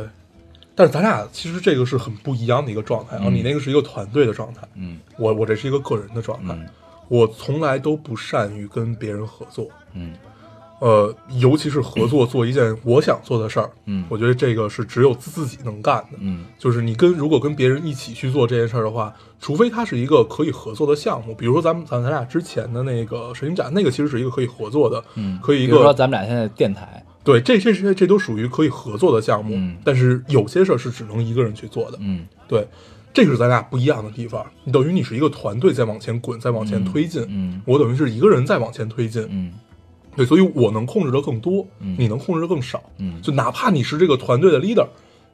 [SPEAKER 2] 但是咱俩其实这个是很不一样的一个状态啊，你那个是一个团队的状态，
[SPEAKER 1] 嗯
[SPEAKER 2] 我我这是一个个人的状态，
[SPEAKER 1] 嗯
[SPEAKER 2] 我从来都不善于跟别人合作，
[SPEAKER 1] 嗯
[SPEAKER 2] 呃，尤其是合作做一件我想做的事儿，
[SPEAKER 1] 嗯
[SPEAKER 2] 我觉得这个是只有自自己能干的，
[SPEAKER 1] 嗯
[SPEAKER 2] 就是你跟如果跟别人一起去做这件事儿的话，除非它是一个可以合作的项目，比如说咱们咱咱俩之前的那个神鹰展，那个其实是一个可以合作的，
[SPEAKER 1] 嗯，
[SPEAKER 2] 可以一
[SPEAKER 1] 比如说
[SPEAKER 2] 个
[SPEAKER 1] 咱们俩现在电台，
[SPEAKER 2] 对，这这这这都属于可以合作的项目，
[SPEAKER 1] 嗯
[SPEAKER 2] 但是有些事儿是只能一个人去做的，
[SPEAKER 1] 嗯
[SPEAKER 2] 对，这个是咱俩不一样的地方，等于你是一个团队在往前滚，在往前推进，
[SPEAKER 1] 嗯
[SPEAKER 2] 我等于是一个人在往前推进，
[SPEAKER 1] 嗯
[SPEAKER 2] 对，所以我能控制的更多，
[SPEAKER 1] 嗯
[SPEAKER 2] 你能控制的更少。
[SPEAKER 1] 嗯
[SPEAKER 2] 就哪怕你是这个团队的 leader，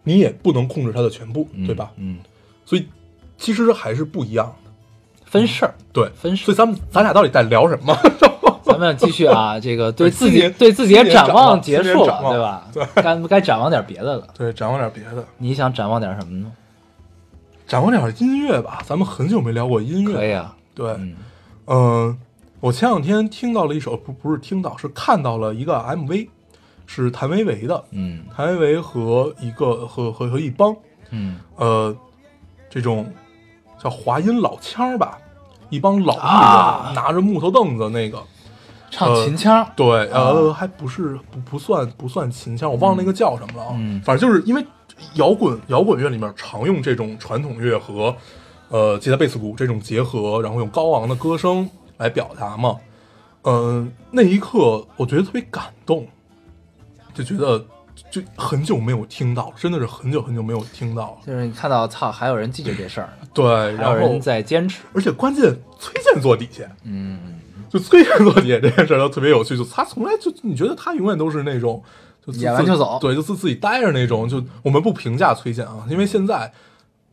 [SPEAKER 2] 你也不能控制他的全部，
[SPEAKER 1] 嗯，
[SPEAKER 2] 对吧？
[SPEAKER 1] 嗯，
[SPEAKER 2] 所以其实还是不一样的。
[SPEAKER 1] 分 事儿，
[SPEAKER 2] 对，
[SPEAKER 1] 分事
[SPEAKER 2] 所以咱们咱俩到底在聊什么？
[SPEAKER 1] 咱们继续啊，这个对自
[SPEAKER 2] 新
[SPEAKER 1] 己
[SPEAKER 2] 年
[SPEAKER 1] 对自己的
[SPEAKER 2] 新年展
[SPEAKER 1] 望
[SPEAKER 2] 望
[SPEAKER 1] 结
[SPEAKER 2] 新
[SPEAKER 1] 束
[SPEAKER 2] 年
[SPEAKER 1] 了
[SPEAKER 2] 展，望
[SPEAKER 1] 对吧？该该展望点别的了。
[SPEAKER 2] 对，展望点别的，
[SPEAKER 1] 你想展望点什么呢？
[SPEAKER 2] 展望点音乐吧。咱们很久没聊过音乐，
[SPEAKER 1] 可以啊，
[SPEAKER 2] 对，
[SPEAKER 1] 嗯
[SPEAKER 2] 嗯，我前两天听到了一首，不不是听到，是看到了一个 MV，是谭维维的，
[SPEAKER 1] 嗯
[SPEAKER 2] 谭维维和一个和和和一帮，
[SPEAKER 1] 嗯
[SPEAKER 2] 呃，这种叫华阴老腔儿吧，一帮老艺人、
[SPEAKER 1] 啊
[SPEAKER 2] 拿着木头凳子那个，
[SPEAKER 1] 唱秦腔，
[SPEAKER 2] 对，呃，
[SPEAKER 1] 啊
[SPEAKER 2] 还不是不不算不算秦腔，我忘了那个叫什么了啊，
[SPEAKER 1] 嗯
[SPEAKER 2] 反正就是因为摇滚摇滚乐里面常用这种传统乐和呃吉他贝斯鼓这种结合，然后用高昂的歌声来表达嘛，嗯、那一刻我觉得特别感动，就觉得。就很久没有听到，真的是很久很久没有听到了。
[SPEAKER 1] 就是你看到操，还有人记着这事儿呢，
[SPEAKER 2] 对，
[SPEAKER 1] 还
[SPEAKER 2] 然
[SPEAKER 1] 有
[SPEAKER 2] 后
[SPEAKER 1] 人在坚持。
[SPEAKER 2] 而且关键崔健坐底下，
[SPEAKER 1] 嗯，
[SPEAKER 2] 就崔健坐底下这件事儿都特别有趣，就他从来就你觉得他永远都是那种就自
[SPEAKER 1] 演完就走
[SPEAKER 2] 对，就自自己待着那种。就我们不评价崔健啊，因为现在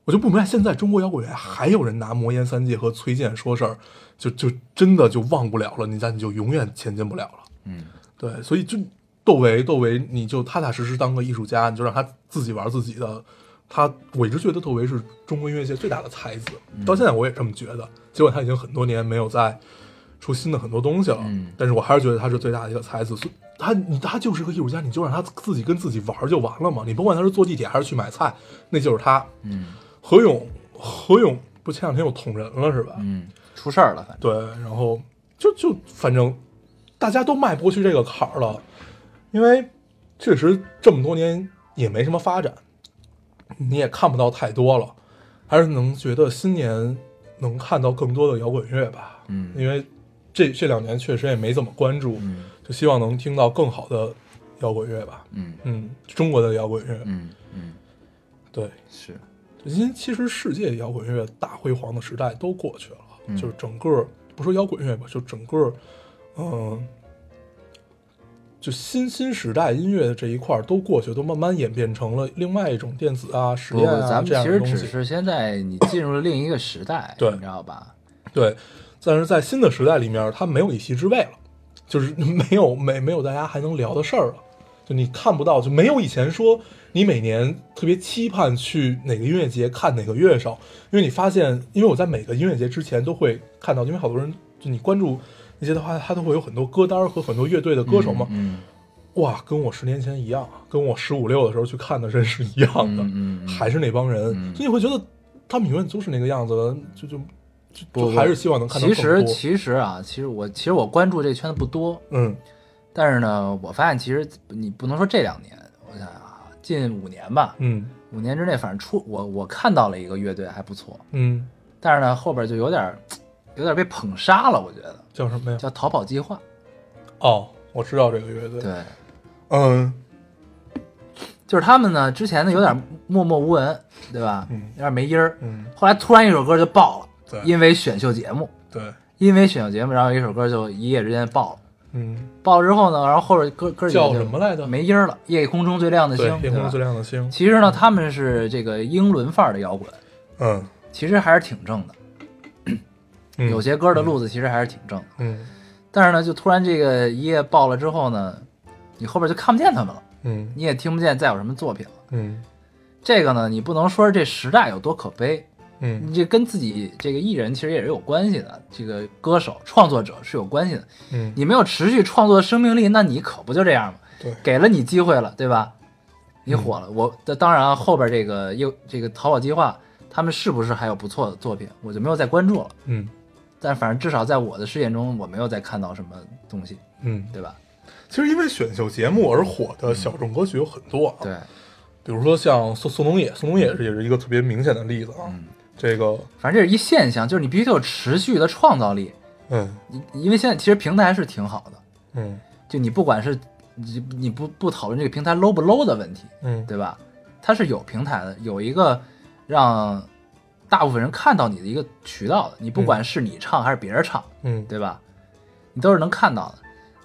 [SPEAKER 2] 我就不明白，现在中国摇滚乐还有人拿魔岩三界和崔健说事儿，就就真的就忘不了了，你咱你就永远前进不了了。
[SPEAKER 1] 嗯，
[SPEAKER 2] 对，所以就窦唯，窦唯你就踏踏实实当个艺术家，你就让他自己玩自己的。他我一直觉得窦唯是中国音乐界最大的才子，
[SPEAKER 1] 嗯
[SPEAKER 2] 到现在我也这么觉得。尽管他已经很多年没有再出新的很多东西了，
[SPEAKER 1] 嗯
[SPEAKER 2] 但是我还是觉得他是最大的一个才子。所以他你他就是个艺术家，你就让他自己跟自己玩就完了嘛。你甭管他是坐地铁还是去买菜，那就是他。嗯，何勇，何勇不前两天又捅人了是吧？
[SPEAKER 1] 嗯，出事儿了，反正
[SPEAKER 2] 对，然后就就反正大家都迈不过去这个坎儿了，因为确实这么多年也没什么发展，你也看不到太多了，还是能觉得新年能看到更多的摇滚乐吧。
[SPEAKER 1] 嗯
[SPEAKER 2] 因为这这两年确实也没怎么关注，
[SPEAKER 1] 嗯
[SPEAKER 2] 就希望能听到更好的摇滚乐吧。
[SPEAKER 1] 嗯
[SPEAKER 2] 嗯，中国的摇滚乐，
[SPEAKER 1] 嗯嗯，
[SPEAKER 2] 对，
[SPEAKER 1] 是，
[SPEAKER 2] 因为其实世界摇滚乐大辉煌的时代都过去了，
[SPEAKER 1] 嗯
[SPEAKER 2] 就是整个不说摇滚乐吧，就整个，嗯、就新新时代音乐的这一块儿都过去，都慢慢演变成了另外一种电子啊、实
[SPEAKER 1] 不
[SPEAKER 2] 验
[SPEAKER 1] 过
[SPEAKER 2] 啊
[SPEAKER 1] 咱们
[SPEAKER 2] 这
[SPEAKER 1] 其
[SPEAKER 2] 样的
[SPEAKER 1] 实
[SPEAKER 2] 东
[SPEAKER 1] 只
[SPEAKER 2] 西。
[SPEAKER 1] 是现在你进入了另一个时代，
[SPEAKER 2] 对
[SPEAKER 1] 你知道吧？
[SPEAKER 2] 对，但是在新的 时代里面，它没有一席之位了，就是没有没没有大家还能聊的事儿了。就你看不到，就没有以前说你每年特别期盼去哪个音乐节看哪个乐手，因为你发现，因为我在每个音乐节之前都会看到，因为好多人就你关注那些的话，他都会有很多歌单和很多乐队的歌手嘛，
[SPEAKER 1] 嗯
[SPEAKER 2] 哇，跟我十年前一样，跟我十五六的时候去看的真是一样的，
[SPEAKER 1] 嗯嗯 嗯
[SPEAKER 2] 还是那帮人，
[SPEAKER 1] 嗯
[SPEAKER 2] 所以你会觉得他们永远都是那个样子的，就就就就
[SPEAKER 1] 不
[SPEAKER 2] 还是希望能看到
[SPEAKER 1] 其
[SPEAKER 2] 更
[SPEAKER 1] 实
[SPEAKER 2] 多。
[SPEAKER 1] 其实啊，其实我其实我关注这圈子不多，
[SPEAKER 2] 嗯
[SPEAKER 1] 但是呢，我发现其实你不能说这两年，我想想啊，近五年吧，
[SPEAKER 2] 嗯
[SPEAKER 1] 五年之内，反正出我我看到了一个乐队还不错，
[SPEAKER 2] 嗯，
[SPEAKER 1] 但是呢后边就有点儿嗯有点被捧杀了，我觉得
[SPEAKER 2] 叫什么呀？
[SPEAKER 1] 叫逃跑计划，
[SPEAKER 2] 哦，我知道这个乐队。
[SPEAKER 1] 对，
[SPEAKER 2] 嗯
[SPEAKER 1] 就是他们呢之前呢有点默默无闻，对吧？
[SPEAKER 2] 嗯
[SPEAKER 1] 有点没音儿，
[SPEAKER 2] 嗯，
[SPEAKER 1] 后来突然一首歌就爆
[SPEAKER 2] 对
[SPEAKER 1] 了，因为选秀节目，
[SPEAKER 2] 对，
[SPEAKER 1] 因为选秀节目，然后有一首歌就一夜之间爆了。
[SPEAKER 2] 嗯，
[SPEAKER 1] 爆了之后呢，然后后边歌歌几个
[SPEAKER 2] 叫
[SPEAKER 1] 就
[SPEAKER 2] 什么来着
[SPEAKER 1] 没音儿了，《夜空中最亮的星》
[SPEAKER 2] 对，《夜
[SPEAKER 1] 对
[SPEAKER 2] 空
[SPEAKER 1] 吧
[SPEAKER 2] 中最亮的星》。
[SPEAKER 1] 其实呢，他们是这个英伦范儿的摇滚，
[SPEAKER 2] 嗯
[SPEAKER 1] 其实还是挺正的。
[SPEAKER 2] 嗯，
[SPEAKER 1] 有些歌的路子其实还是挺正的，
[SPEAKER 2] 嗯
[SPEAKER 1] 但是呢，就突然这个一夜爆了之后呢，你后边就看不见他们了，
[SPEAKER 2] 嗯
[SPEAKER 1] 你也听不见再有什么作品了。
[SPEAKER 2] 嗯
[SPEAKER 1] 这个呢，你不能说这时代有多可悲，
[SPEAKER 2] 嗯
[SPEAKER 1] 你这跟自己这个艺人其实也是有关系的，这个歌手创作者是有关系的。
[SPEAKER 2] 嗯，
[SPEAKER 1] 你没有持续创作生命力，那你可不就这样吗？
[SPEAKER 2] 对
[SPEAKER 1] 给了你机会了，对吧？你火了，我的当然啊后边这个又这个淘宝计划，他们是不是还有不错的作品，我就没有再关注了。
[SPEAKER 2] 嗯
[SPEAKER 1] 但反正至少在我的视野中，我没有再看到什么东西，
[SPEAKER 2] 嗯，
[SPEAKER 1] 对吧？
[SPEAKER 2] 其实因为选秀节目而火的小众歌曲有很多啊，
[SPEAKER 1] 对，
[SPEAKER 2] 比如说像宋宋冬野，宋冬野是也是一个特别明显的例子啊。这个，
[SPEAKER 1] 反正这是一现象，就是你必须得有持续的创造力。
[SPEAKER 2] 嗯
[SPEAKER 1] 你因为现在其实平台是挺好的，
[SPEAKER 2] 嗯
[SPEAKER 1] 就你不管是你你不不讨论这个平台 low 不 low 的问题，
[SPEAKER 2] 嗯，
[SPEAKER 1] 对吧？它是有平台的，有一个让大部分人看到你的一个渠道的。你不管是你唱还是别人唱，
[SPEAKER 2] 嗯
[SPEAKER 1] 对吧？你都是能看到的。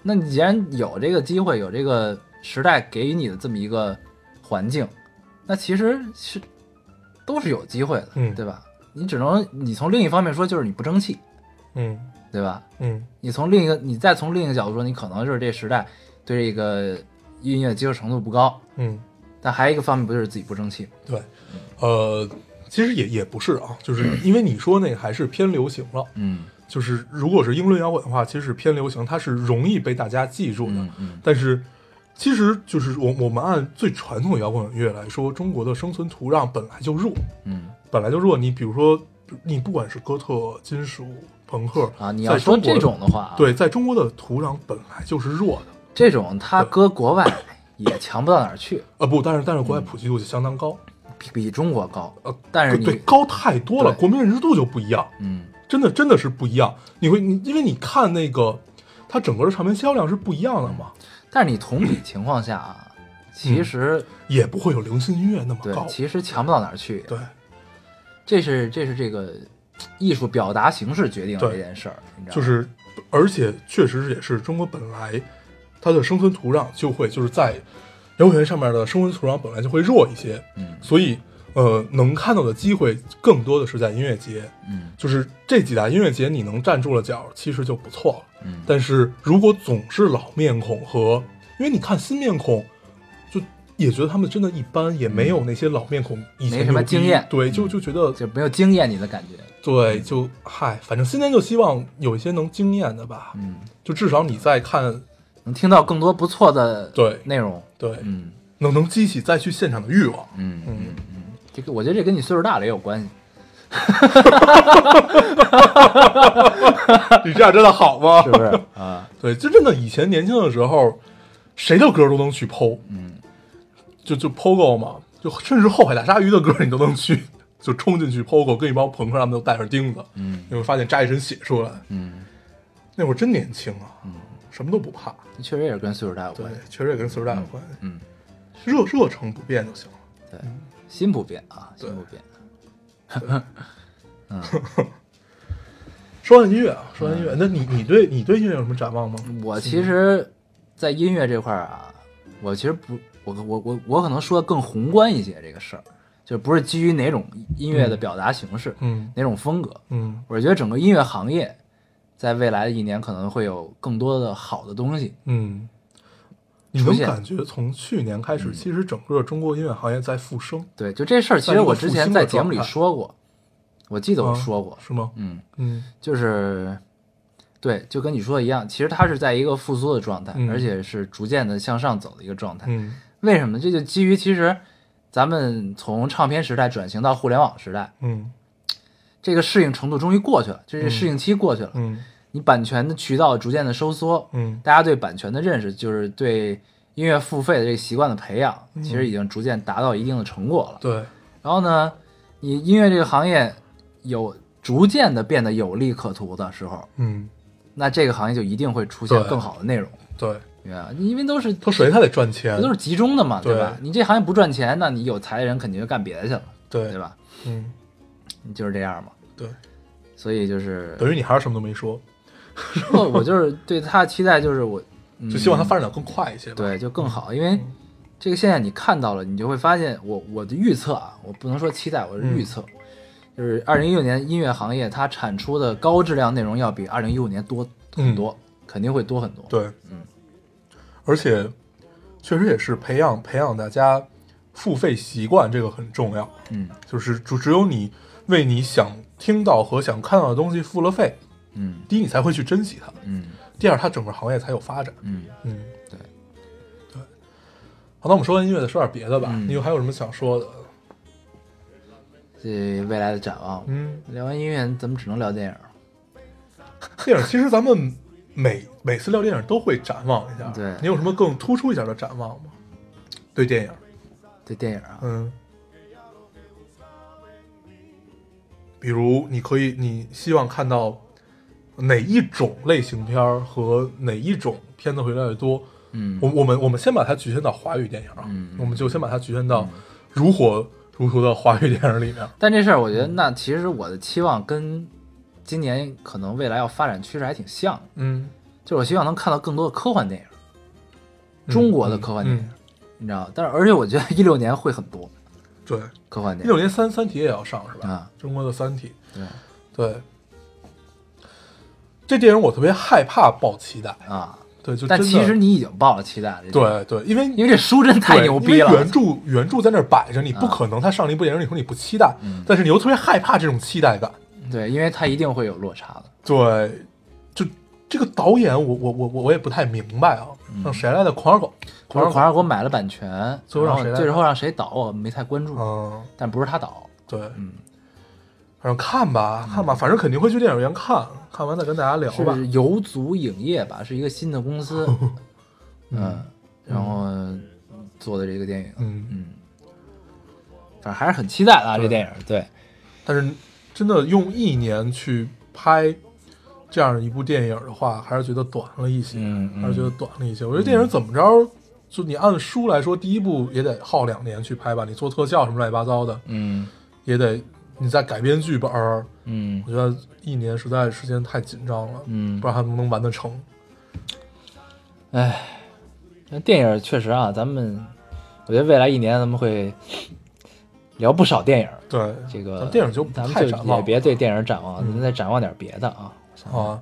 [SPEAKER 1] 那你既然有这个机会，有这个时代给予你的这么一个环境，那其实是都是有机会的，
[SPEAKER 2] 嗯
[SPEAKER 1] 对吧？你只能你从另一方面说，就是你不争气，
[SPEAKER 2] 嗯
[SPEAKER 1] 对吧？
[SPEAKER 2] 嗯
[SPEAKER 1] 你从另一个，你再从另一个角度说，你可能就是这时代对这个音乐接受程度不高，
[SPEAKER 2] 嗯，
[SPEAKER 1] 但还有一个方面不就是自己不争气吗？
[SPEAKER 2] 对，呃，其实也也不是啊，就是因为你说那个还是偏流行了。
[SPEAKER 1] 嗯
[SPEAKER 2] 就是如果是英伦摇滚的话，其实偏流行，它是容易被大家记住的。
[SPEAKER 1] 嗯嗯
[SPEAKER 2] 但是，其实就是我我们按最传统的摇滚乐来说，中国的生存土壤本来就弱，
[SPEAKER 1] 嗯
[SPEAKER 2] 本来就弱。你比如说，你不管是哥特、金属、朋克
[SPEAKER 1] 啊，你要
[SPEAKER 2] 在
[SPEAKER 1] 说
[SPEAKER 2] 中国
[SPEAKER 1] 这种的话，，
[SPEAKER 2] 对，在中国的土壤本来就是弱的。
[SPEAKER 1] 这种它搁国外也强不到哪儿去，
[SPEAKER 2] 啊不，但是但是国外普及度就相当高，
[SPEAKER 1] 比比中国高
[SPEAKER 2] 呃，
[SPEAKER 1] 嗯但是
[SPEAKER 2] 对
[SPEAKER 1] 你
[SPEAKER 2] 高太多了，
[SPEAKER 1] 对
[SPEAKER 2] 国民认知度就不一样。
[SPEAKER 1] 嗯
[SPEAKER 2] 真的真的是不一样。你会，你因为你看那个，它整个的唱片销量是不一样的嘛，
[SPEAKER 1] 但是你同比情况下啊，其实、
[SPEAKER 2] 也不会有流行音乐那么嗯高
[SPEAKER 1] 对，。其实强不到哪儿去。
[SPEAKER 2] 对
[SPEAKER 1] 这是这是这个艺术表达形式决定
[SPEAKER 2] 对
[SPEAKER 1] 了这件事儿，你知道吗
[SPEAKER 2] 就是，而且确实也是中国本来它的生存土壤就会就是在摇滚乐上面的生存土壤本来就会弱一些，
[SPEAKER 1] 嗯
[SPEAKER 2] 所以呃，能看到的机会更多的是在音乐节。
[SPEAKER 1] 嗯
[SPEAKER 2] 就是这几大音乐节你能站住了脚，其实就不错了。
[SPEAKER 1] 嗯
[SPEAKER 2] 但是如果总是老面孔和，因为你看新面孔，就也觉得他们真的一般，也没有那些老面孔以前
[SPEAKER 1] 嗯没什么
[SPEAKER 2] 牛逼
[SPEAKER 1] 经验嗯
[SPEAKER 2] 对，就就觉得
[SPEAKER 1] 就没有惊艳你的感觉。
[SPEAKER 2] 对，就嗨，反正新年就希望有一些能惊艳的吧，
[SPEAKER 1] 嗯，
[SPEAKER 2] 就至少你在看，
[SPEAKER 1] 能听到更多不错的
[SPEAKER 2] 对
[SPEAKER 1] 内容。
[SPEAKER 2] 对，
[SPEAKER 1] 嗯
[SPEAKER 2] 能能激起再去现场的欲望。
[SPEAKER 1] 嗯
[SPEAKER 2] 嗯
[SPEAKER 1] 嗯嗯，这个我觉得这跟你岁数大了也有关系。
[SPEAKER 2] 你这样真的好吗？
[SPEAKER 1] 是不是 啊？
[SPEAKER 2] 对，就真的以前年轻的时候，谁的歌都能去剖，
[SPEAKER 1] 嗯，
[SPEAKER 2] 就就 POGO 嘛，就甚至后海大鲨鱼的歌你都能去，就冲进去 POGO，跟一帮朋克他们都带着钉子，
[SPEAKER 1] 嗯，
[SPEAKER 2] 你会发现扎一身血出来，
[SPEAKER 1] 嗯，
[SPEAKER 2] 那会儿真年轻啊，嗯，什么都不怕，
[SPEAKER 1] 确实也是跟岁数大有
[SPEAKER 2] 对
[SPEAKER 1] 关系，，
[SPEAKER 2] 确实也跟岁数大有关系，
[SPEAKER 1] 嗯，
[SPEAKER 2] 热热诚不变就行了，
[SPEAKER 1] 对，心不变啊，
[SPEAKER 2] 对
[SPEAKER 1] 心不变。
[SPEAKER 2] 说完音乐啊，说完音乐，
[SPEAKER 1] 嗯
[SPEAKER 2] 那你你对你对音乐有什么展望吗？
[SPEAKER 1] 我其实，在音乐这块儿啊，我其实不，我我我我可能说的更宏观一些这个事儿，就不是基于哪种音乐的表达形式，
[SPEAKER 2] 嗯
[SPEAKER 1] 哪种风格。
[SPEAKER 2] 嗯
[SPEAKER 1] 我觉得整个音乐行业，在未来的一年可能会有更多的好的东西。
[SPEAKER 2] 嗯，你
[SPEAKER 1] 出
[SPEAKER 2] 能
[SPEAKER 1] 现。嗯
[SPEAKER 2] 感觉从去年开始，其实整个中国音乐行业在复生。
[SPEAKER 1] 对，就这事儿，其实我之前在节目里说过，我记得我
[SPEAKER 2] 啊
[SPEAKER 1] 说过，
[SPEAKER 2] 是吗？
[SPEAKER 1] 嗯，
[SPEAKER 2] 嗯
[SPEAKER 1] 就是对，就跟你说的一样，其实它是在一个复苏的状态，
[SPEAKER 2] 嗯
[SPEAKER 1] 而且是逐渐的向上走的一个状态。
[SPEAKER 2] 嗯
[SPEAKER 1] 为什么呢？这就基于其实咱们从唱片时代转型到互联网时代，
[SPEAKER 2] 嗯
[SPEAKER 1] 这个适应程度终于过去了，这是适应期过去了，
[SPEAKER 2] 嗯
[SPEAKER 1] 你版权的渠道逐渐的收缩，
[SPEAKER 2] 嗯
[SPEAKER 1] 大家对版权的认识，就是对音乐付费的这个习惯的培养，其实已经逐渐达到一定的成果了。
[SPEAKER 2] 对，
[SPEAKER 1] 然后呢，你音乐这个行业有逐渐的变得有利可图的时候，
[SPEAKER 2] 嗯
[SPEAKER 1] 那这个行业就一定会出现
[SPEAKER 2] 对
[SPEAKER 1] 更好的内容，
[SPEAKER 2] 对，
[SPEAKER 1] 对吧？因为都是
[SPEAKER 2] 他首先他得赚钱
[SPEAKER 1] 这，都是集中的嘛，
[SPEAKER 2] 对
[SPEAKER 1] 对吧？你这行业不赚钱，那你有才的人肯定就干别的去了，
[SPEAKER 2] 对
[SPEAKER 1] 对？吧？
[SPEAKER 2] 嗯，
[SPEAKER 1] 你就是这样嘛。
[SPEAKER 2] 对，
[SPEAKER 1] 所 以就是，
[SPEAKER 2] 等于你还是什么都没说，
[SPEAKER 1] 我我就是对他的期待就是我，嗯
[SPEAKER 2] 就希望它发展的更快一些吧。
[SPEAKER 1] 对，就更好，因为这个现在你看到了，你就会发现我我的预测啊，我不能说期待，我是预测，
[SPEAKER 2] 嗯
[SPEAKER 1] 就是二零一六年音乐行业它产出的高质量内容要比二零一五年多很多，
[SPEAKER 2] 嗯
[SPEAKER 1] 肯定会多很多。
[SPEAKER 2] 对，嗯，而且确实也是培养培养大家付费习惯，这个很重要。
[SPEAKER 1] 嗯
[SPEAKER 2] 就是只只有你为你想听到和想看到的东西付了费，
[SPEAKER 1] 嗯
[SPEAKER 2] 第一你才会去珍惜它，
[SPEAKER 1] 嗯
[SPEAKER 2] 第二它整个行业才有发展。
[SPEAKER 1] 嗯，
[SPEAKER 2] 嗯，
[SPEAKER 1] 对
[SPEAKER 2] 对。好，那我们说完音乐，再说点别的吧。
[SPEAKER 1] 嗯
[SPEAKER 2] 你有还有什么想说的？
[SPEAKER 1] 这未来的展望。
[SPEAKER 2] 嗯，
[SPEAKER 1] 聊完音乐，咱们只能聊电影。
[SPEAKER 2] 电影其实咱们每每次聊电影都会展望一下。
[SPEAKER 1] 对
[SPEAKER 2] 你有什么更突出一点的展望吗？对电影，
[SPEAKER 1] 对电影啊，
[SPEAKER 2] 嗯，比如你可以，你希望看到哪一种类型片儿和哪一种片子会越来越多？
[SPEAKER 1] 嗯
[SPEAKER 2] 我我们我们先把它局限到华语电影啊，
[SPEAKER 1] 嗯
[SPEAKER 2] 我们就先把它局限到如火如荼的华语电影里面。
[SPEAKER 1] 但这事儿我觉
[SPEAKER 2] 嗯
[SPEAKER 1] 得，那其实我的期望跟今年可能未来要发展趋势还挺像的，
[SPEAKER 2] 嗯，
[SPEAKER 1] 就是我希望能看到更多的科幻电影。中国的科幻电影
[SPEAKER 2] 嗯，
[SPEAKER 1] 你知道？但是而且我觉得一六年会很多
[SPEAKER 2] 对，
[SPEAKER 1] 科幻电
[SPEAKER 2] 一六
[SPEAKER 1] 影
[SPEAKER 2] 年三《三体》也要上是吧？
[SPEAKER 1] 啊，
[SPEAKER 2] 中国的《三体》，
[SPEAKER 1] 对
[SPEAKER 2] 对，这电影我特别害怕抱期待，
[SPEAKER 1] 啊。
[SPEAKER 2] 对，就
[SPEAKER 1] 但
[SPEAKER 2] 真
[SPEAKER 1] 其
[SPEAKER 2] 的
[SPEAKER 1] 实你已经抱了期待了，，
[SPEAKER 2] 对对，因为
[SPEAKER 1] 因为这书真太
[SPEAKER 2] 对
[SPEAKER 1] 牛
[SPEAKER 2] 因
[SPEAKER 1] 逼
[SPEAKER 2] 为
[SPEAKER 1] 了，嗯
[SPEAKER 2] 原著原著在那儿摆着，你不可能他上了一部电影，你说你不期待，但是你又特别害怕这种期待感。
[SPEAKER 1] 对，因为它一定会有落差的。
[SPEAKER 2] 对，就这个导演我，我我我我也不太明白啊，让谁来的？狂二狗，
[SPEAKER 1] 不是
[SPEAKER 2] 二狗，
[SPEAKER 1] 狂嗯二给我买了版权，
[SPEAKER 2] 最后让
[SPEAKER 1] 然
[SPEAKER 2] 谁来
[SPEAKER 1] 最
[SPEAKER 2] 导
[SPEAKER 1] 后让谁导我没太关注，
[SPEAKER 2] 嗯，
[SPEAKER 1] 但不是他导。
[SPEAKER 2] 对，
[SPEAKER 1] 嗯
[SPEAKER 2] 反正看吧看吧，反正肯定会去电影院看，看完再跟大家聊
[SPEAKER 1] 是
[SPEAKER 2] 吧。
[SPEAKER 1] 游族影业吧，是一个新的 公司，嗯，然后做的这个电影，
[SPEAKER 2] 嗯，
[SPEAKER 1] 嗯，反正还是很期待的啊，这
[SPEAKER 2] 对
[SPEAKER 1] 电影，对，
[SPEAKER 2] 但是真的用一年去拍这样一部电影的话，还是觉得短了一些，
[SPEAKER 1] 嗯嗯
[SPEAKER 2] 还是觉得短了一些。我觉得电影怎么着，就你按书来说，第一部也得耗两年去拍吧，你做特效什么乱七八糟的，
[SPEAKER 1] 嗯
[SPEAKER 2] 也得你再改编剧本儿。
[SPEAKER 1] 嗯
[SPEAKER 2] 我觉得一年实在时间太紧张了，
[SPEAKER 1] 嗯
[SPEAKER 2] 不知，道还能不能完得成。
[SPEAKER 1] 哎，那电影确实啊，咱们我觉得未来一年咱们会聊不少电影。
[SPEAKER 2] 对，
[SPEAKER 1] 这个
[SPEAKER 2] 咱们电影就不
[SPEAKER 1] 咱
[SPEAKER 2] 太
[SPEAKER 1] 们就
[SPEAKER 2] 展
[SPEAKER 1] 也
[SPEAKER 2] 望
[SPEAKER 1] 别对电影展望，
[SPEAKER 2] 嗯
[SPEAKER 1] 咱们再展望点别的啊。
[SPEAKER 2] 好啊，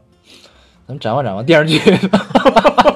[SPEAKER 1] 咱们展望展望电视剧。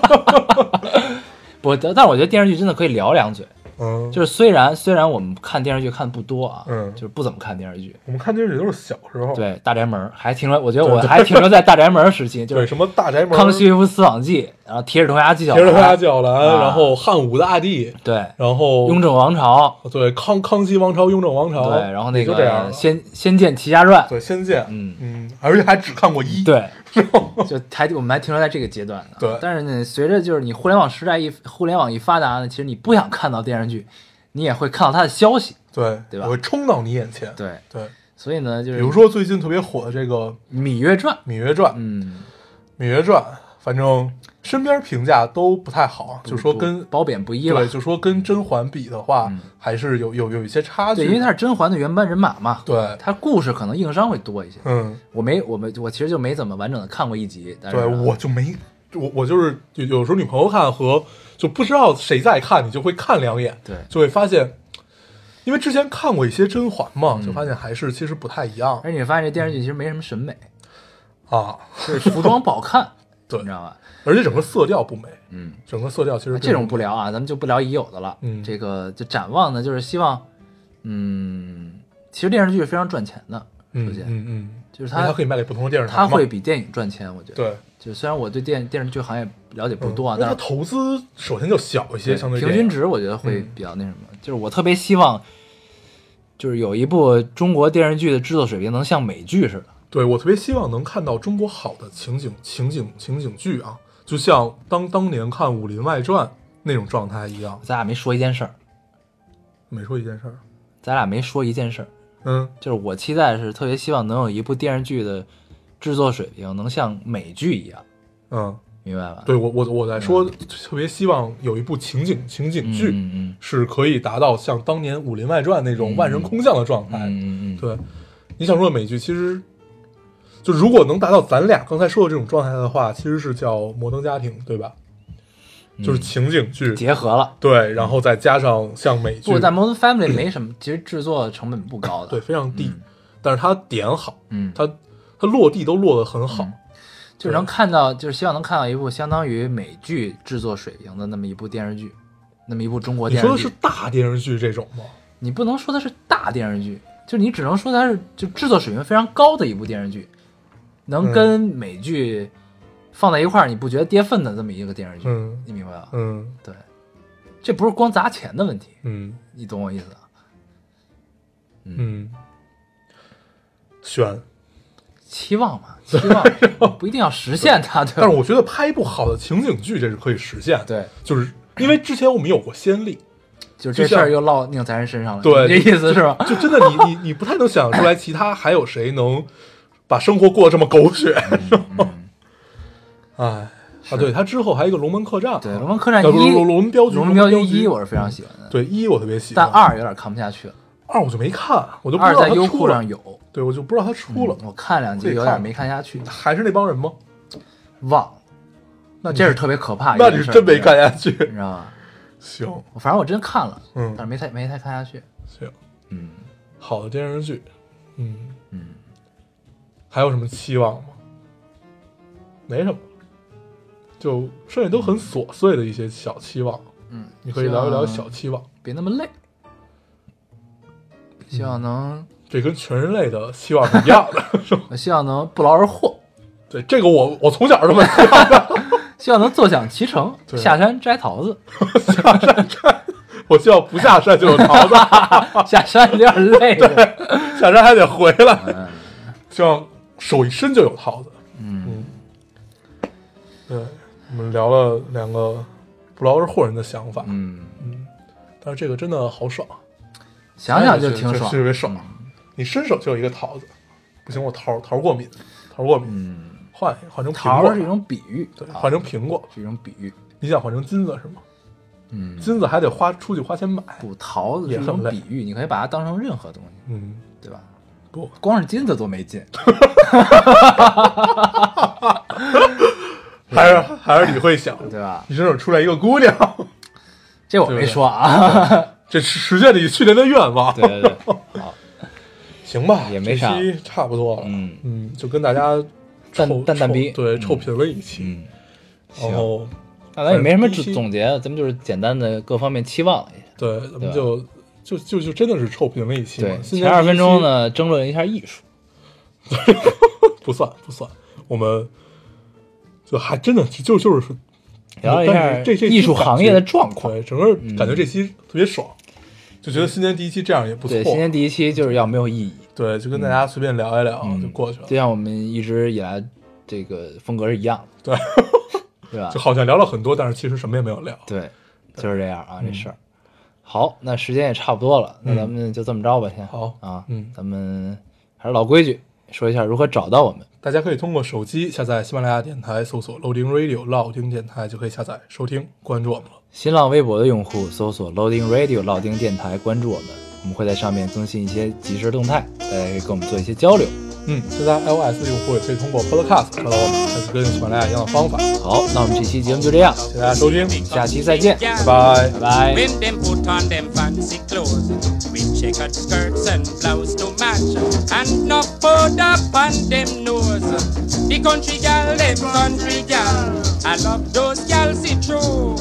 [SPEAKER 1] 不，但但我觉得电视剧真的可以聊两嘴。
[SPEAKER 2] 嗯，
[SPEAKER 1] 就是虽然虽然我们看电视剧看不多啊，
[SPEAKER 2] 嗯哦
[SPEAKER 1] 就是不怎么看电视剧。
[SPEAKER 2] 我们看电视剧都是小时候，
[SPEAKER 1] 对，《大宅门》还停留，我觉得我还停留在《大宅门》时期，就
[SPEAKER 2] 对
[SPEAKER 1] 是《
[SPEAKER 2] 什么大宅门、
[SPEAKER 1] 康熙微服私访记》，然后《铁齿铜牙纪晓
[SPEAKER 2] 铁
[SPEAKER 1] 岚
[SPEAKER 2] 齿》，铜牙纪晓岚，
[SPEAKER 1] 啊
[SPEAKER 2] 然后汉武大帝，
[SPEAKER 1] 对，
[SPEAKER 2] 然后哦
[SPEAKER 1] 《雍正王朝》，
[SPEAKER 2] 对康康熙王朝、雍正王朝，
[SPEAKER 1] 对，然后那
[SPEAKER 2] 哦也就这样
[SPEAKER 1] 个
[SPEAKER 2] 了
[SPEAKER 1] 《仙仙剑奇侠传》，
[SPEAKER 2] 对《仙剑》，
[SPEAKER 1] 嗯
[SPEAKER 2] 嗯，而且还只看过一，，
[SPEAKER 1] 对，就还我们还停留在这个阶段呢。
[SPEAKER 2] 对
[SPEAKER 1] 但是呢，随着就是你互联网时代一互联网一发达呢，其实你不想看到电视剧，你也会看到它的消息。
[SPEAKER 2] 对
[SPEAKER 1] 对吧
[SPEAKER 2] 我会冲到你眼前，
[SPEAKER 1] 对，
[SPEAKER 2] 对，
[SPEAKER 1] 所以呢，就
[SPEAKER 2] 比
[SPEAKER 1] 是
[SPEAKER 2] 如说最近特别火的这个《
[SPEAKER 1] 《芈月传》，
[SPEAKER 2] 芈月传》，《
[SPEAKER 1] 嗯，
[SPEAKER 2] 芈月传》，反正身边评价都不太好，就说
[SPEAKER 1] 不
[SPEAKER 2] 跟
[SPEAKER 1] 褒贬不一吧嗯
[SPEAKER 2] 对，。就说跟甄嬛比的话，还是有有有一些差距，
[SPEAKER 1] 对，因为它是甄嬛的原班人马嘛，
[SPEAKER 2] 对
[SPEAKER 1] 它故事可能硬伤会多一些。
[SPEAKER 2] 嗯，
[SPEAKER 1] 我没，我没，我其实就没怎么完整的看过一集，但是啊
[SPEAKER 2] 对，
[SPEAKER 1] 呢
[SPEAKER 2] 我就没我我就是有有时候女朋友看和就不知道谁在看，你就会看两眼，
[SPEAKER 1] 对
[SPEAKER 2] 就会发现，因为之前看过一些甄嬛
[SPEAKER 1] 嗯
[SPEAKER 2] 嘛，就发现还是其实不太一样
[SPEAKER 1] 哎 而且你发现这电视剧其实没什么审美，
[SPEAKER 2] 啊，
[SPEAKER 1] 就是服装不好看，
[SPEAKER 2] 对
[SPEAKER 1] 你知道吧？
[SPEAKER 2] 而且整个色调不美，
[SPEAKER 1] 嗯，
[SPEAKER 2] 整个色调其实并
[SPEAKER 1] 这种
[SPEAKER 2] 不
[SPEAKER 1] 不聊啊，咱们就不聊已有的了。
[SPEAKER 2] 嗯
[SPEAKER 1] 这个就展望呢，就是希望，嗯，其实电视剧是非常赚钱的，
[SPEAKER 2] 嗯
[SPEAKER 1] 首先、
[SPEAKER 2] 嗯嗯，
[SPEAKER 1] 就是
[SPEAKER 2] 因为
[SPEAKER 1] 它
[SPEAKER 2] 它可以卖给不同的电视台
[SPEAKER 1] 它
[SPEAKER 2] 嘛
[SPEAKER 1] 会比电影赚钱，我觉得。，
[SPEAKER 2] 对
[SPEAKER 1] 就虽然我对电电视剧行业了解不多啊，
[SPEAKER 2] 因为
[SPEAKER 1] 但
[SPEAKER 2] 它
[SPEAKER 1] 是
[SPEAKER 2] 投资首先就小一些，相对
[SPEAKER 1] 平
[SPEAKER 2] 电
[SPEAKER 1] 均
[SPEAKER 2] 影嗯
[SPEAKER 1] 值我觉得会比较那什么。就是我特别希望，就是有一部中国电视剧的制作水平能像美剧似的。
[SPEAKER 2] 对我特别希望能看到中国好的情景情景情景剧啊，就像当当年看《武林外传》那种状态一样。
[SPEAKER 1] 咱俩没说一件事儿，
[SPEAKER 2] 每说一件事儿，
[SPEAKER 1] 咱俩没说一件事儿，
[SPEAKER 2] 嗯，
[SPEAKER 1] 就是我期待是特别希望能有一部电视剧的制作水平能像美剧一样，
[SPEAKER 2] 嗯，
[SPEAKER 1] 明白吧？
[SPEAKER 2] 对我我我来说，特别希望有一部情景情景
[SPEAKER 1] 嗯，
[SPEAKER 2] 剧、
[SPEAKER 1] 嗯嗯
[SPEAKER 2] 是可以达到像当年《武林外传》那种万人空巷的状态。
[SPEAKER 1] 嗯嗯嗯，
[SPEAKER 2] 对，你想说的美剧，其实就如果能达到咱俩刚才说的这种状态的话，其实是叫《摩登家庭》，对吧？
[SPEAKER 1] 嗯
[SPEAKER 2] 就是情景剧，
[SPEAKER 1] 结合了。
[SPEAKER 2] 对，然后再加上像美剧
[SPEAKER 1] 不，，但《Modern Family》没什么，其实制作成本不高的。
[SPEAKER 2] 对，，非常低，但是它点好，
[SPEAKER 1] 嗯，
[SPEAKER 2] 它它落地都落得很好，
[SPEAKER 1] 就是能看到，就是希望能看到一部相当于美剧制作水平的那么一部电视剧，那么一部中国
[SPEAKER 2] 你
[SPEAKER 1] 电
[SPEAKER 2] 说
[SPEAKER 1] 视
[SPEAKER 2] 的是
[SPEAKER 1] 剧。
[SPEAKER 2] 大电视剧这种吗？
[SPEAKER 1] 你不能说它是大电视剧，就你只能说它是就制作水平非常高的一部电视剧，能跟美剧放在一块儿，你不觉得跌份的这么一个电视剧，
[SPEAKER 2] 嗯
[SPEAKER 1] 你明白吧？
[SPEAKER 2] 嗯
[SPEAKER 1] 对，这不是光砸钱的问题，
[SPEAKER 2] 嗯
[SPEAKER 1] 你懂我意思啊？
[SPEAKER 2] 嗯，选。
[SPEAKER 1] 期望嘛， 期望不一定要实 现它，对吧？
[SPEAKER 2] 但是我觉得拍不好的情景剧，这是可以实现的。，
[SPEAKER 1] 对，
[SPEAKER 2] 就是因为之前我们有过先例，
[SPEAKER 1] 就
[SPEAKER 2] 就
[SPEAKER 1] 这事
[SPEAKER 2] 像
[SPEAKER 1] 儿又落宁财神身上了，
[SPEAKER 2] 对
[SPEAKER 1] 你这意思是吧？
[SPEAKER 2] 就真的你你你不太能想出来，其他还有谁能把生活过得这么狗血？
[SPEAKER 1] 嗯
[SPEAKER 2] 哎啊，对他之后还有一个《龙门客栈》啊，
[SPEAKER 1] 对，《龙门客栈一
[SPEAKER 2] 呃不》是龙龙门镖局，
[SPEAKER 1] 龙
[SPEAKER 2] 门
[SPEAKER 1] 镖
[SPEAKER 2] 局
[SPEAKER 1] 一，我是非常喜欢的，
[SPEAKER 2] 对一我特别喜
[SPEAKER 1] 但
[SPEAKER 2] 欢，
[SPEAKER 1] 二有点看不下去了，
[SPEAKER 2] 二我就没看，我就不知
[SPEAKER 1] 二
[SPEAKER 2] 道
[SPEAKER 1] 在
[SPEAKER 2] 他
[SPEAKER 1] 优
[SPEAKER 2] 出
[SPEAKER 1] 酷
[SPEAKER 2] 了
[SPEAKER 1] 上，嗯有，
[SPEAKER 2] 对我就不知道他出了，
[SPEAKER 1] 我看两集有点没看下去，
[SPEAKER 2] 还是那帮人吗？
[SPEAKER 1] 忘了。那这是特别可怕，
[SPEAKER 2] 嗯那你是真没看，下去
[SPEAKER 1] 你，知道吧？
[SPEAKER 2] 行
[SPEAKER 1] 我反正我真看了，
[SPEAKER 2] 嗯
[SPEAKER 1] 但是没太没太看下去。
[SPEAKER 2] 行，
[SPEAKER 1] 嗯，
[SPEAKER 2] 好的电视剧，嗯嗯，还有什么期望吗？没什么，就剩下都很琐碎的一些小期望。
[SPEAKER 1] 嗯，
[SPEAKER 2] 你可以聊一聊
[SPEAKER 1] 希望
[SPEAKER 2] 小期望，
[SPEAKER 1] 别那么累，希望能，
[SPEAKER 2] 这跟全人类的期望是一样 的。是吧
[SPEAKER 1] 我希望能不劳而获，
[SPEAKER 2] 对，这个我我从小这么想的，
[SPEAKER 1] 希望能坐享其成，
[SPEAKER 2] 对
[SPEAKER 1] 下山摘桃子，
[SPEAKER 2] 我希望不下山就有桃子，
[SPEAKER 1] 下山有点累了。
[SPEAKER 2] 下山还得回来，
[SPEAKER 1] 嗯
[SPEAKER 2] 希望手一伸就有桃子。嗯
[SPEAKER 1] 嗯，
[SPEAKER 2] 对，我们聊了两个不劳而获人的想法，
[SPEAKER 1] 嗯，
[SPEAKER 2] 但是这个真的好爽，啊
[SPEAKER 1] 想想就挺爽嗯
[SPEAKER 2] 特。别爽。你伸手就有一个桃子，不行，我桃桃过敏，桃过敏，
[SPEAKER 1] 嗯，
[SPEAKER 2] 换一个，换成苹
[SPEAKER 1] 桃
[SPEAKER 2] 果
[SPEAKER 1] 是一，种比喻，
[SPEAKER 2] 对，
[SPEAKER 1] 啊
[SPEAKER 2] 换成苹果。
[SPEAKER 1] 是一种比喻。
[SPEAKER 2] 你想换成金子是吗？
[SPEAKER 1] 嗯，
[SPEAKER 2] 金子还得花出去花钱买，
[SPEAKER 1] 不，桃子
[SPEAKER 2] 也
[SPEAKER 1] 是一种
[SPEAKER 2] 很累
[SPEAKER 1] 比喻，你可以把它当成任何东西，
[SPEAKER 2] 嗯，
[SPEAKER 1] 对吧？
[SPEAKER 2] 不，
[SPEAKER 1] 光是金子多没劲，
[SPEAKER 2] 还是还是你会想，
[SPEAKER 1] 对啊吧？
[SPEAKER 2] 你伸手出来一个姑娘，
[SPEAKER 1] 这我没说啊，
[SPEAKER 2] 这是实现了你去年的愿望，
[SPEAKER 1] 对 对对，好，
[SPEAKER 2] 行吧，
[SPEAKER 1] 也没啥
[SPEAKER 2] 这期差不多了，
[SPEAKER 1] 嗯
[SPEAKER 2] 嗯，就跟大家
[SPEAKER 1] 淡
[SPEAKER 2] 臭
[SPEAKER 1] 淡淡逼
[SPEAKER 2] 臭对，臭品味一期，
[SPEAKER 1] 嗯，
[SPEAKER 2] 然后
[SPEAKER 1] 那咱也没什么
[SPEAKER 2] 第一期
[SPEAKER 1] 总总结，咱们就是简单的各方面期望了一下，
[SPEAKER 2] 对，咱
[SPEAKER 1] 对
[SPEAKER 2] 们
[SPEAKER 1] 吧
[SPEAKER 2] 就就就就真的是臭品味一期嘛，
[SPEAKER 1] 对，
[SPEAKER 2] 新
[SPEAKER 1] 前
[SPEAKER 2] 年
[SPEAKER 1] 二
[SPEAKER 2] 第一
[SPEAKER 1] 分
[SPEAKER 2] 期
[SPEAKER 1] 钟呢争论一下艺术，
[SPEAKER 2] 不算不算，我们就还真的就就是
[SPEAKER 1] 聊一
[SPEAKER 2] 但
[SPEAKER 1] 下
[SPEAKER 2] 是这这期
[SPEAKER 1] 艺术行业的
[SPEAKER 2] 感觉
[SPEAKER 1] 状况。嗯
[SPEAKER 2] 对，整个感觉这期特别爽，就觉得新年第一期这样也不错
[SPEAKER 1] 对，，今天第一期就是要没有意义，
[SPEAKER 2] 对，就跟大家随便聊一聊
[SPEAKER 1] 嗯
[SPEAKER 2] 就过去了
[SPEAKER 1] 就，像我们一直以来这个风格是一样的，
[SPEAKER 2] 对。
[SPEAKER 1] 对吧
[SPEAKER 2] 就？好像聊了很多，但是其实什么也没有聊。
[SPEAKER 1] 对，就是这样啊，这事儿。
[SPEAKER 2] 嗯
[SPEAKER 1] 好，那时间也差不多了，那咱们就这么着吧，先
[SPEAKER 2] 好
[SPEAKER 1] 啊，
[SPEAKER 2] 嗯
[SPEAKER 1] 咱们还是老规矩，说一下如何找到我们。
[SPEAKER 2] 大家可以通过手机下载喜马拉雅电台，搜索 Loading Radio 老丁电台就可以下载收听，关注我们了。
[SPEAKER 1] 新浪微博的用户搜索 Loading Radio 老丁电台，关注我们，我们会在上面更新一些即时动态，大家可以跟我们做一些交流。
[SPEAKER 2] 嗯，现在 iOS 的用户也可以通过 Podcast 找到我们，还是跟喜马拉雅一样的方法。
[SPEAKER 1] 好，那我们这期节目就这样，
[SPEAKER 2] 谢谢大家收听，
[SPEAKER 1] 下期再见，
[SPEAKER 2] 拜拜。
[SPEAKER 1] 拜拜。
[SPEAKER 3] When them put on them fancy clothes, rich They got skirts and blouse to match, and no put up on them nose. The country gal, them country gal, I love those gals, it true.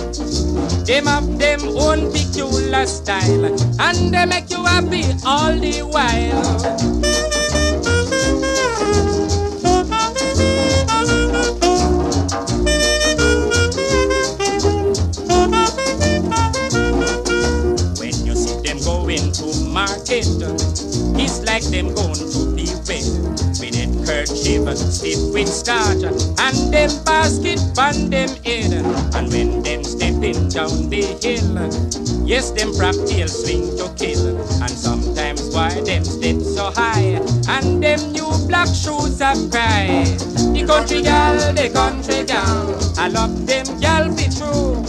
[SPEAKER 3] Them have them own peculiar style, and they make you happy all the while. When you see them going to market, it's like them going to be wet. With that kerchief stiff with starch, and them basket on them head. And when them stepping down the hill, yes, them prop tail swing to kill. And sometimes why them step so high, and them new black shoes have cry. The country gal, the country gal, I love them gal be true.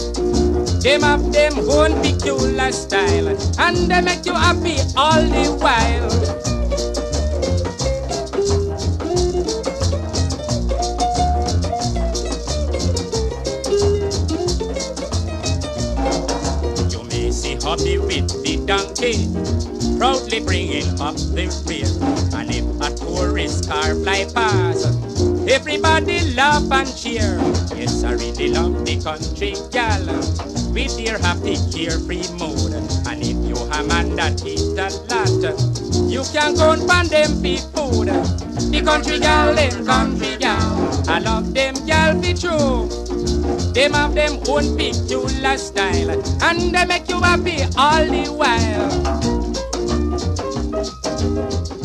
[SPEAKER 3] Them have them own peculiar style, and they make you happy all the while. You may see hobby with the donkey, proudly bringing up the rear. And if a tourist car fly past, everybody laugh and cheer. Yes, I really love the country gal with their happy carefree mood. And if you a man that eat a lot, you can count on them be food. The country gal, them country gal, I love them gal be true. Them have them own peculiar style, and they make you happy all the while.